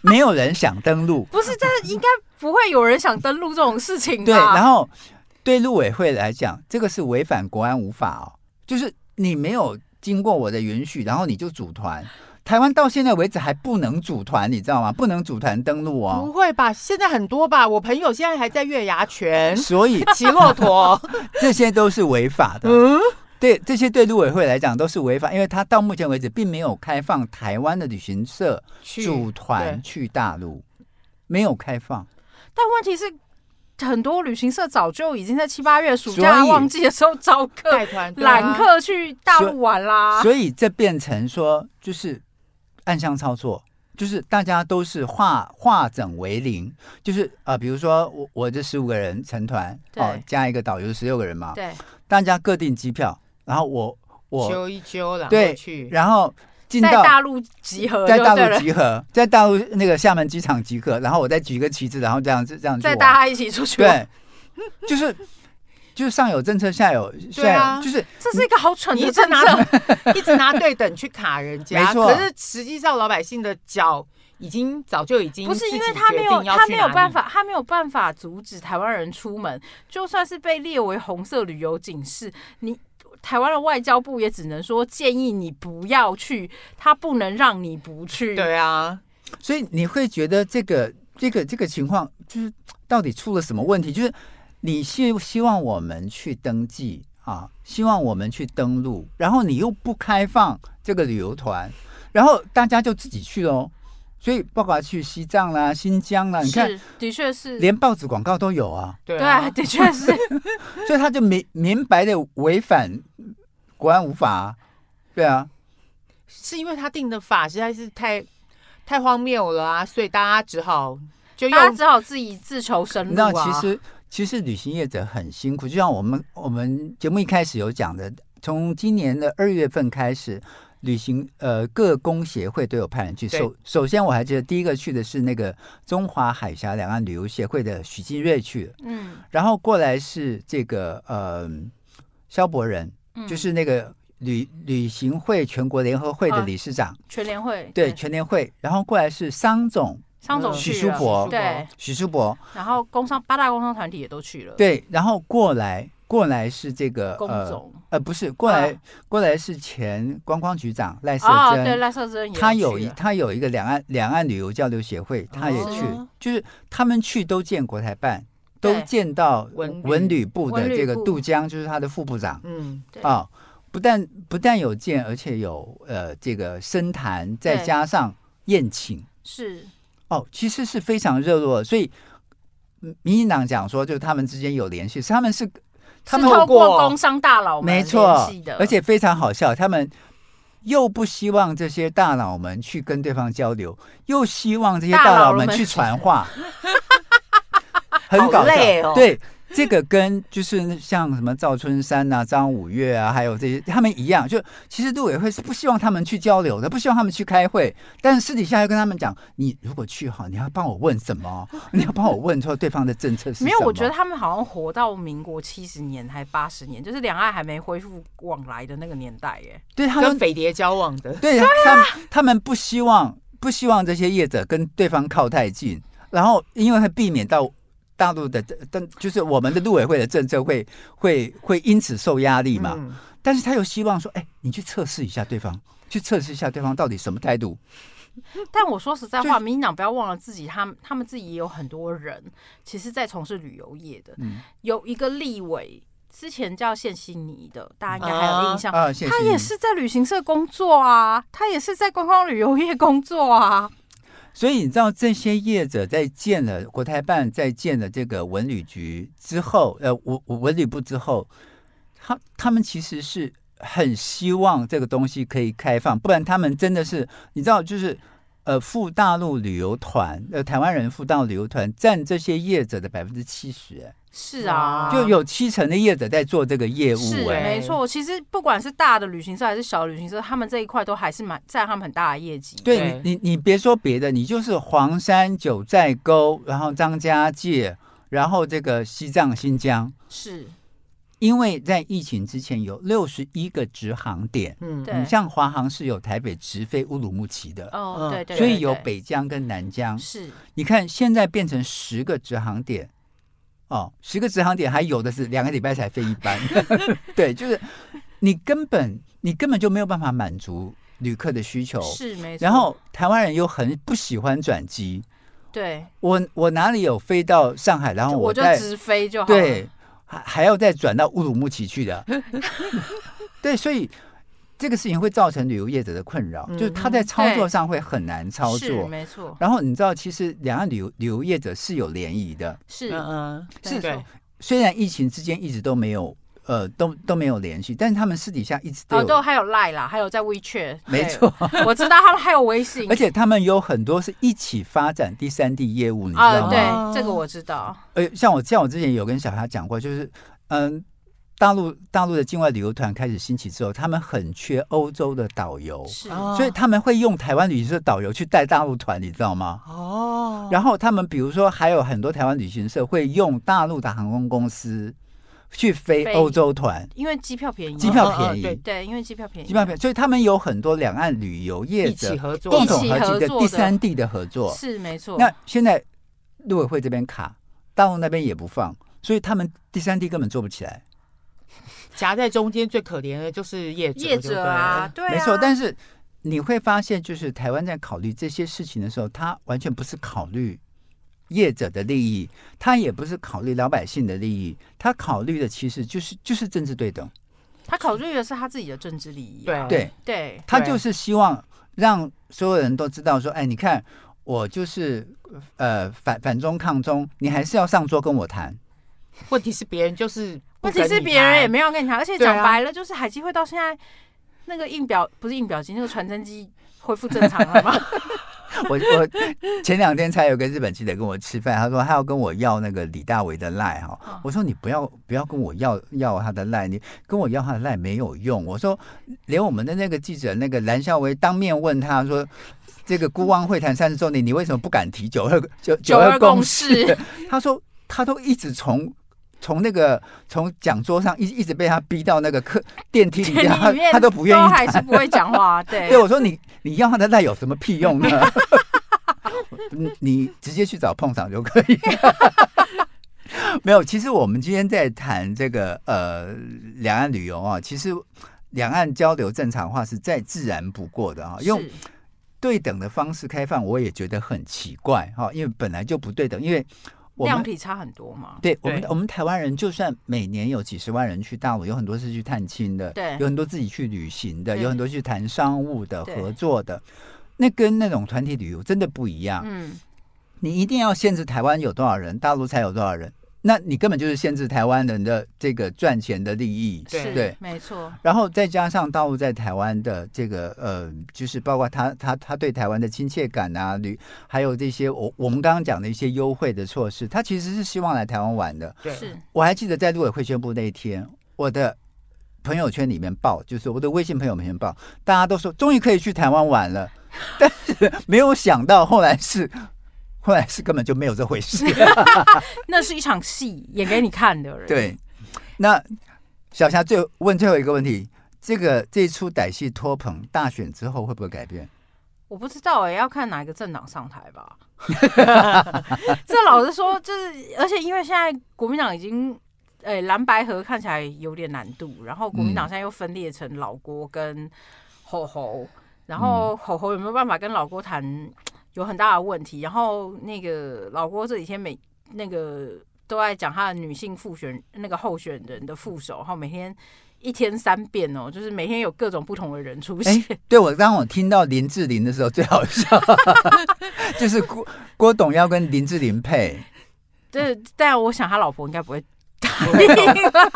Speaker 1: 没有人想登录。
Speaker 2: 不是，这应该不会有人想登录这种事情吧？
Speaker 1: 对，然
Speaker 2: 后
Speaker 1: 后对陆委会来讲，这个是违反国安无法哦，就是你没有经过我的允许，然后你就组团。台湾到现在为止还不能组团，你知道吗？不能组团登录
Speaker 3: 不
Speaker 1: 哦。
Speaker 3: 会吧？现在很多吧？我朋友现在还在月 牙泉
Speaker 1: 所以
Speaker 3: 骑 骆驼。
Speaker 1: 这些都是违法的。
Speaker 3: 嗯，
Speaker 1: 对，这些对陆委会来讲都是违法，因为他到目前为止并没有开放台湾的旅行社
Speaker 3: 去
Speaker 1: 组团
Speaker 3: 对
Speaker 1: 去大陆，没有开放。
Speaker 2: 但问题是，很多旅行社早就已经在七八月暑
Speaker 1: 所
Speaker 2: 假
Speaker 1: 以
Speaker 2: 旺季的时候 招客、
Speaker 3: 带团对啊
Speaker 2: 揽客去大陆玩啦。
Speaker 1: 所以这变成说就是暗箱操作，就是大家都是化化整为零，就是呃，比如说我我这十五个人成团哦
Speaker 2: 对，
Speaker 1: 加一个导游十六个人嘛，
Speaker 2: 对，
Speaker 1: 大家各订机票，然后我我
Speaker 3: 揪一揪，然后
Speaker 1: 对
Speaker 3: 去。
Speaker 1: 然后进
Speaker 2: 在
Speaker 1: 到。
Speaker 2: 大陆集合，
Speaker 1: 在
Speaker 2: 对
Speaker 1: 大
Speaker 2: 不对
Speaker 1: 陆
Speaker 2: 了？
Speaker 1: 集合，在大陆那个厦门机场集合，然后我再举一个旗子，然后这样子这样去
Speaker 2: 再
Speaker 1: 玩。
Speaker 2: 大家一起出去玩，
Speaker 1: 对，就是就是上有政策，下有下有，
Speaker 3: 对啊
Speaker 1: 就是
Speaker 2: 这是一个好 蠢
Speaker 3: 你一
Speaker 2: 的
Speaker 3: 直
Speaker 2: 政
Speaker 3: 拿
Speaker 2: 策。
Speaker 3: 一直拿对等去卡人家，
Speaker 1: 没错
Speaker 3: 可是实际上老百姓的脚已经早就已经
Speaker 2: 不是因为
Speaker 3: 自己
Speaker 2: 他没
Speaker 3: 决
Speaker 2: 有，
Speaker 3: 定要
Speaker 2: 他
Speaker 3: 去
Speaker 2: 没有
Speaker 3: 哪
Speaker 2: 办
Speaker 3: 里。
Speaker 2: 法，他没有办法阻止台湾人出门，就算是被列为红色旅游警示，你。台湾的外交部也只能说建议你不要去，他不能让你不去。
Speaker 3: 对啊，
Speaker 1: 所以你会觉得这个这个这个情况就是到底出了什么问题？就是你希希望我们去登记啊，希望我们去登录，然后你又不开放这个旅游团，然后大家就自己去喽。所以包括去西藏啦、新疆啦，你看
Speaker 2: 是，的确是，
Speaker 1: 连报纸广告都有啊，
Speaker 3: 对啊
Speaker 2: 对，的确 是。
Speaker 1: 所以他就明明白的违反国安无法、啊，对啊，
Speaker 3: 是因为他定的法实在是太太荒谬了啊，所以大家只好就
Speaker 2: 大家
Speaker 3: 用
Speaker 2: 只好自己自求生
Speaker 1: 你知
Speaker 2: 路
Speaker 1: 道，
Speaker 2: 啊。
Speaker 1: 其实其实旅行业者很辛苦，就像我们我们节目一开始有讲的，从今年的二月份开始，旅行呃各工协会都有派人去。
Speaker 3: 对
Speaker 1: 首首先我还记得第一个去的是那个中华海峡两岸旅游协会的许金瑞去了，
Speaker 2: 嗯，
Speaker 1: 然后过来是这个呃萧伯仁，
Speaker 2: 嗯，
Speaker 1: 就是那个旅旅行会全国联合会的理事长，
Speaker 2: 全联会
Speaker 1: 对全联会，然后过来是商总
Speaker 2: 商总
Speaker 3: 嗯
Speaker 1: 许
Speaker 2: 去
Speaker 1: 叔
Speaker 2: 了，
Speaker 1: 伯
Speaker 2: 对，
Speaker 1: 许叔伯，
Speaker 2: 然后工商八大工商团体也都去了，，
Speaker 1: 对，然后过来过来是这个
Speaker 2: 工
Speaker 1: 呃
Speaker 2: 总
Speaker 1: 呃不是过来、
Speaker 2: 啊
Speaker 1: 过来是前观光局长赖世
Speaker 2: 啊，
Speaker 1: 珍，
Speaker 2: 对，赖少珍也
Speaker 1: 他有
Speaker 2: 有去
Speaker 1: 一
Speaker 2: 了
Speaker 1: 他有一个两岸两岸旅游交流协会，他也去，
Speaker 3: 哦
Speaker 1: 就是他们去都见国台办，都
Speaker 2: 对
Speaker 1: 见到
Speaker 3: 文旅
Speaker 1: 文旅部的
Speaker 2: 文旅
Speaker 1: 这个
Speaker 2: 部
Speaker 1: 杜江，就是他的副部长
Speaker 3: 嗯
Speaker 2: 对
Speaker 1: 啊、不但不但有见，而且有呃这个深谈，再
Speaker 2: 对
Speaker 1: 加上宴请。
Speaker 2: 是
Speaker 1: 哦，其实是非常热络的，所以嗯民进党讲说，就是他们之间有联系，是他们是他
Speaker 2: 是
Speaker 1: 们
Speaker 2: 透过
Speaker 3: 过
Speaker 2: 工商大佬们
Speaker 1: 没错
Speaker 2: 联系的，
Speaker 1: 而且非常好笑，他们又不希望这些大佬们去跟对方交流，又希望这些
Speaker 2: 大
Speaker 1: 大
Speaker 2: 佬
Speaker 1: 佬们
Speaker 2: 们
Speaker 1: 去传 话，很搞
Speaker 3: 好
Speaker 1: 笑。
Speaker 3: 累哦
Speaker 1: 对，这个跟就是像什么赵春山呐、张五岳啊，还有这些他们一样，就其实陆委会是不希望他们去交流的，不希望他们去开会，但是私底下又跟他们讲，你如果去哈，你要帮我问什么，你要帮我问说对方的政策是什么。
Speaker 2: 没有，我觉得他们好像活到民国七十年还八十年，就是两岸还没恢复往来的那个年代耶。
Speaker 1: 对他们
Speaker 3: 跟匪谍交往的，
Speaker 1: 对他们，他们不希望不希望这些业者跟对方靠太近，然后因为会避免到大陆的，但就是我们的陆委会的政策会会会因此受压力嘛。
Speaker 3: 嗯
Speaker 1: 但是他又希望说，哎，你去测试一下对方，去测试一下对方到底什么态度。
Speaker 2: 但我说实在
Speaker 1: 就
Speaker 2: 话，民进党不要忘了自己，他们他们自己也有很多人，其实在从事旅游业的。
Speaker 1: 嗯
Speaker 2: 有一个立委，之前叫谢悉尼的，大家应该还有印象。
Speaker 1: 啊，谢谢
Speaker 2: 他
Speaker 1: 你
Speaker 2: 也是在旅行社工作啊，他也是在观光旅游业工作啊。
Speaker 1: 所以你知道这些业者在建了国台办，在建了这个文旅局之后，呃，文文旅部之后，他他们其实是很希望这个东西可以开放，不然他们真的是你知道，就是呃赴大陆旅游团，呃台湾人赴大陆旅游团占这些业者的百分之七十，哎
Speaker 2: 是啊，
Speaker 1: 就有七成的业者在做这个业务、
Speaker 2: 是欸
Speaker 1: 哎、
Speaker 2: 没错。其实不管是大的旅行社还是小的旅行社，他们这一块都还是蛮占他们很大的业绩。
Speaker 1: 对
Speaker 3: 对
Speaker 1: 你，你你别说别的，你就是黄山九寨沟，然后张家界，然后这个西藏、新疆，
Speaker 2: 是，
Speaker 1: 因为在疫情之前有六十一个直航点，
Speaker 3: 嗯
Speaker 2: 对
Speaker 1: 你像华航是有台北直飞乌鲁木齐的，
Speaker 2: 哦，对对对
Speaker 1: 嗯所以有
Speaker 2: 对
Speaker 1: 北疆跟南疆。
Speaker 2: 是
Speaker 1: 你看现在变成十个直航点，哦，十个直航点还有的是两个礼拜才飞一 班， 对，就是你根本你根本就没有办法满足旅客的需求。
Speaker 2: 是没错。
Speaker 1: 然后台湾人又很不喜欢转机，
Speaker 2: 对，
Speaker 1: 我我哪里有飞到上海，然后
Speaker 2: 就我就
Speaker 1: 再
Speaker 2: 直飞就好。
Speaker 1: 对，还还要再转到乌鲁木齐去 的，对，所以这个事情会造成旅游业者的困扰，就是他在操作
Speaker 2: 对
Speaker 1: 上会很难操
Speaker 2: 嗯是
Speaker 1: 作。
Speaker 2: 没错，
Speaker 1: 然后你知道，其实两岸旅游旅游业者是有涟漪的，
Speaker 2: 是
Speaker 3: 嗯嗯，
Speaker 2: 没错
Speaker 3: 对，
Speaker 1: 虽然疫情之间一直都没有呃都都没有联系，但是他们私底下一直都
Speaker 2: 哦，
Speaker 1: 有，
Speaker 2: 都还有赖啦，还有在 WeChat，
Speaker 1: 没
Speaker 2: 对
Speaker 1: 错，
Speaker 2: 我知道他们还有微信
Speaker 1: 而，且他们有很多是一起发展第三地业务，你知道
Speaker 2: 啊，
Speaker 1: 吗？
Speaker 2: 对，这个我知道，
Speaker 1: 呃，像我像我之前有跟小霞讲过，就是嗯，大陆大陆的境外旅游团开始兴起之后，他们很缺欧洲的导游，
Speaker 2: 是
Speaker 3: 哦
Speaker 1: 所以他们会用台湾旅行社导游去带大陆团，你知道吗？
Speaker 3: 哦，
Speaker 1: 然后他们比如说还有很多台湾旅行社会用大陆的航空公司去飞
Speaker 2: 飞
Speaker 1: 欧洲团，
Speaker 2: 因为机票便宜，
Speaker 1: 机票
Speaker 3: 嗯
Speaker 1: 便
Speaker 3: 嗯
Speaker 1: 宜，
Speaker 3: 对
Speaker 2: 对，因为机票便宜，
Speaker 1: 机票便宜，所以他们有很多两岸旅游业
Speaker 3: 一起
Speaker 1: 者
Speaker 3: 合作，
Speaker 1: 共同
Speaker 2: 一起
Speaker 1: 合
Speaker 2: 合
Speaker 1: 计的
Speaker 2: 作
Speaker 1: 第
Speaker 2: 的
Speaker 1: 三地的合作，
Speaker 2: 是没错，
Speaker 1: 那现在陆委会这边卡，大陆那边也不放，所以他们第三地根本做不起来。
Speaker 3: 夹在中间最可怜的就是业者，
Speaker 2: 业者啊，
Speaker 3: 对
Speaker 2: 对啊，
Speaker 1: 没错，但是你会发现，就是台湾在考虑这些事情的时候，他完全不是考虑业者的利益，他也不是考虑老百姓的利益，他考虑的其实就是就是政治对等，
Speaker 2: 他考虑的是他自己的政治利益
Speaker 3: 不对
Speaker 2: 啊，
Speaker 1: 对
Speaker 2: 对
Speaker 1: 他就是希望让所有人都知道说，哎，你看我就是呃反反中抗中，你还是要上桌跟我谈。
Speaker 3: 问题是别人就是不
Speaker 2: 问
Speaker 3: 跟你
Speaker 2: 题
Speaker 3: 谈，
Speaker 2: 是别人也没有跟你谈，而且
Speaker 3: 对啊
Speaker 2: 讲白了，就是海基会到现在那个印表不是印表机，那个传真机恢复正常了吗？
Speaker 1: 我我前两天才有个日本记者跟我吃饭，他说他要跟我要那个李大为的赖哈
Speaker 2: 哦，
Speaker 1: 我说你不要不要跟我要要他的赖，你跟我要他的赖没有用。我说连我们的那个记者那个蓝孝维当面问他说。这个孤汪会谈三十周年，你为什么不敢提九二九
Speaker 2: 九二共
Speaker 1: 识
Speaker 2: 识？
Speaker 1: 他说，他都一直从从那个从讲桌上一一直被他逼到那个客电梯里面，他
Speaker 2: 里面
Speaker 1: 啊他都不愿
Speaker 2: 都
Speaker 1: 意
Speaker 2: 还是不会讲话，对
Speaker 1: 对，我说你你要他的赖有什么屁用 呢？你你直接去找碰上就可以。没有，其实我们今天在谈这个呃两岸旅游啊，其实两岸交流正常化是再自然不过的啊，用
Speaker 2: 是
Speaker 1: 对等的方式开放，我也觉得很奇怪哈、因为本来就不对等，因为我
Speaker 2: 量
Speaker 1: 们
Speaker 2: 体差很多嘛，
Speaker 1: 对我们
Speaker 3: 对
Speaker 1: 我们台湾人，就算每年有几十万人去大陆，有很多是去探亲的，
Speaker 2: 对
Speaker 1: 有很多自己去旅行的，
Speaker 2: 哎对
Speaker 1: 有很多去谈商务的、
Speaker 2: 对
Speaker 1: 合作的，那跟那种团体旅游真的不一样。
Speaker 2: 嗯，
Speaker 1: 你一定要限制台湾有多少人，大陆才有多少人，那你根本就是限制台湾人的这个赚钱的利益。
Speaker 3: 对
Speaker 2: 是
Speaker 1: 对
Speaker 2: 没错，
Speaker 1: 然后再加上大陆在台湾的这个呃，就是包括他他他对台湾的亲切感啊，旅还有这些我我们刚刚讲的一些优惠的措施，他其实是希望来台湾玩的。
Speaker 3: 对
Speaker 2: 是
Speaker 1: 我还记得在陆委会宣布那一天，我的朋友圈里面报，就是我的微信朋友圈报，大家都说终于可以去台湾玩了， 但是没有想到后来是。 后来是根本就没有这回事，
Speaker 2: 那是一场戏，演给你看的人，
Speaker 1: 对。那小霞最问最后一个问题：这个这一出歹戏拖棚，大选之后会不会改变？
Speaker 2: 我不知道哎、要看哪一个政党上台吧。 这老实说，就是而且因为现在国民党已经，哎、蓝白河看起来有点难度，然后国民党
Speaker 1: 嗯
Speaker 2: 现在又分裂成老郭跟吼吼，然后吼吼有没有办法跟老郭谈，有很大的问题。然后那个老郭这几天每那个都在讲他的女性复选那个候选人的副手，然后每天。一天三遍哦，就是每天有各种不同的人出现
Speaker 1: 哎。对我当我听到林志玲的时候最好笑， 就是郭郭董要跟林志玲配，
Speaker 2: 对，但我想他老婆应该不会答应啦。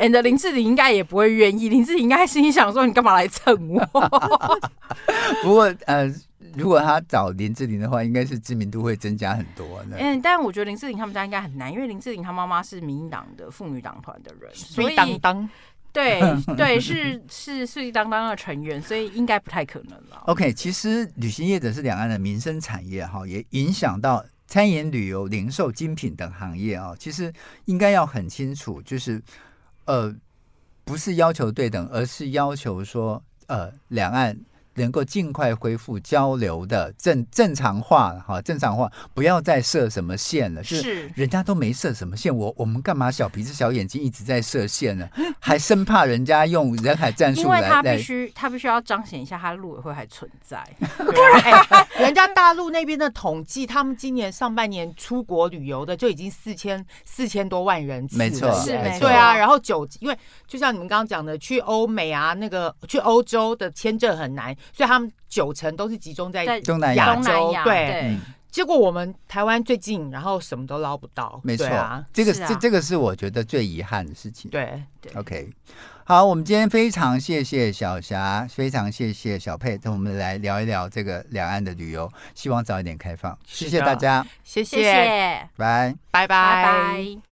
Speaker 2: and 林志玲应该也不会愿意，林志玲应该心里想说：“你干嘛来蹭我
Speaker 1: 不过呃，如果他找林志玲的话，应该是知名度会增加很多。那
Speaker 2: 嗯，但我觉得林志玲他们家应该很难，因为林志玲她妈妈是民进党的妇女党团的人，所
Speaker 3: 所
Speaker 2: 以
Speaker 3: 以当当
Speaker 2: 对对是是碎当当的成员，所以应该不太可能了。
Speaker 1: OK，其实旅行业者是两岸的民生产业哈，也影响到餐饮、旅游、零售、精品等行业啊。其实应该要很清楚，就是呃，不是要求对等，而是要求说呃，两岸能够尽快恢复交流的正正常化哈，正常化，不要再设什么线了，就是
Speaker 2: 是
Speaker 1: 人家都没设什么线，我我们干嘛小鼻子小眼睛一直在设线呢？还生怕人家用人海战
Speaker 2: 因
Speaker 1: 术
Speaker 2: 为
Speaker 1: 来
Speaker 2: 他
Speaker 1: 来
Speaker 2: 必须他必须要彰显一下他陆委会还存在，
Speaker 3: 哎， 人家大陆那边的统计，他们今年上半年出国旅游的就已经四千四千多万人次了，
Speaker 1: 没错，
Speaker 2: 是
Speaker 1: 没
Speaker 2: 没
Speaker 1: 错，
Speaker 2: 错
Speaker 3: 对啊，然后九，因为就像你们刚刚讲的，去欧美啊，那个去欧洲的签证很难，所以他们九成都是集中在。
Speaker 2: 在
Speaker 1: 东南啊亚
Speaker 3: 亚
Speaker 2: 东南亚
Speaker 3: 洲对
Speaker 2: 对
Speaker 1: 嗯
Speaker 3: 结果我们台湾最近，然后什么都捞不到，
Speaker 1: 没错，
Speaker 3: 对啊，
Speaker 1: 这个
Speaker 2: 是啊
Speaker 1: 这这个是我觉得最遗憾的事情。
Speaker 3: 对，
Speaker 1: OK，好，我们今天非常谢谢小霞，非常谢谢小佩，跟我们来聊一聊这个两岸的旅游，希望早一点开放。
Speaker 3: 是
Speaker 1: 谢
Speaker 3: 的
Speaker 1: 谢大家，
Speaker 3: 谢
Speaker 2: 谢谢，
Speaker 1: 拜。
Speaker 2: 拜
Speaker 3: 拜
Speaker 2: 拜。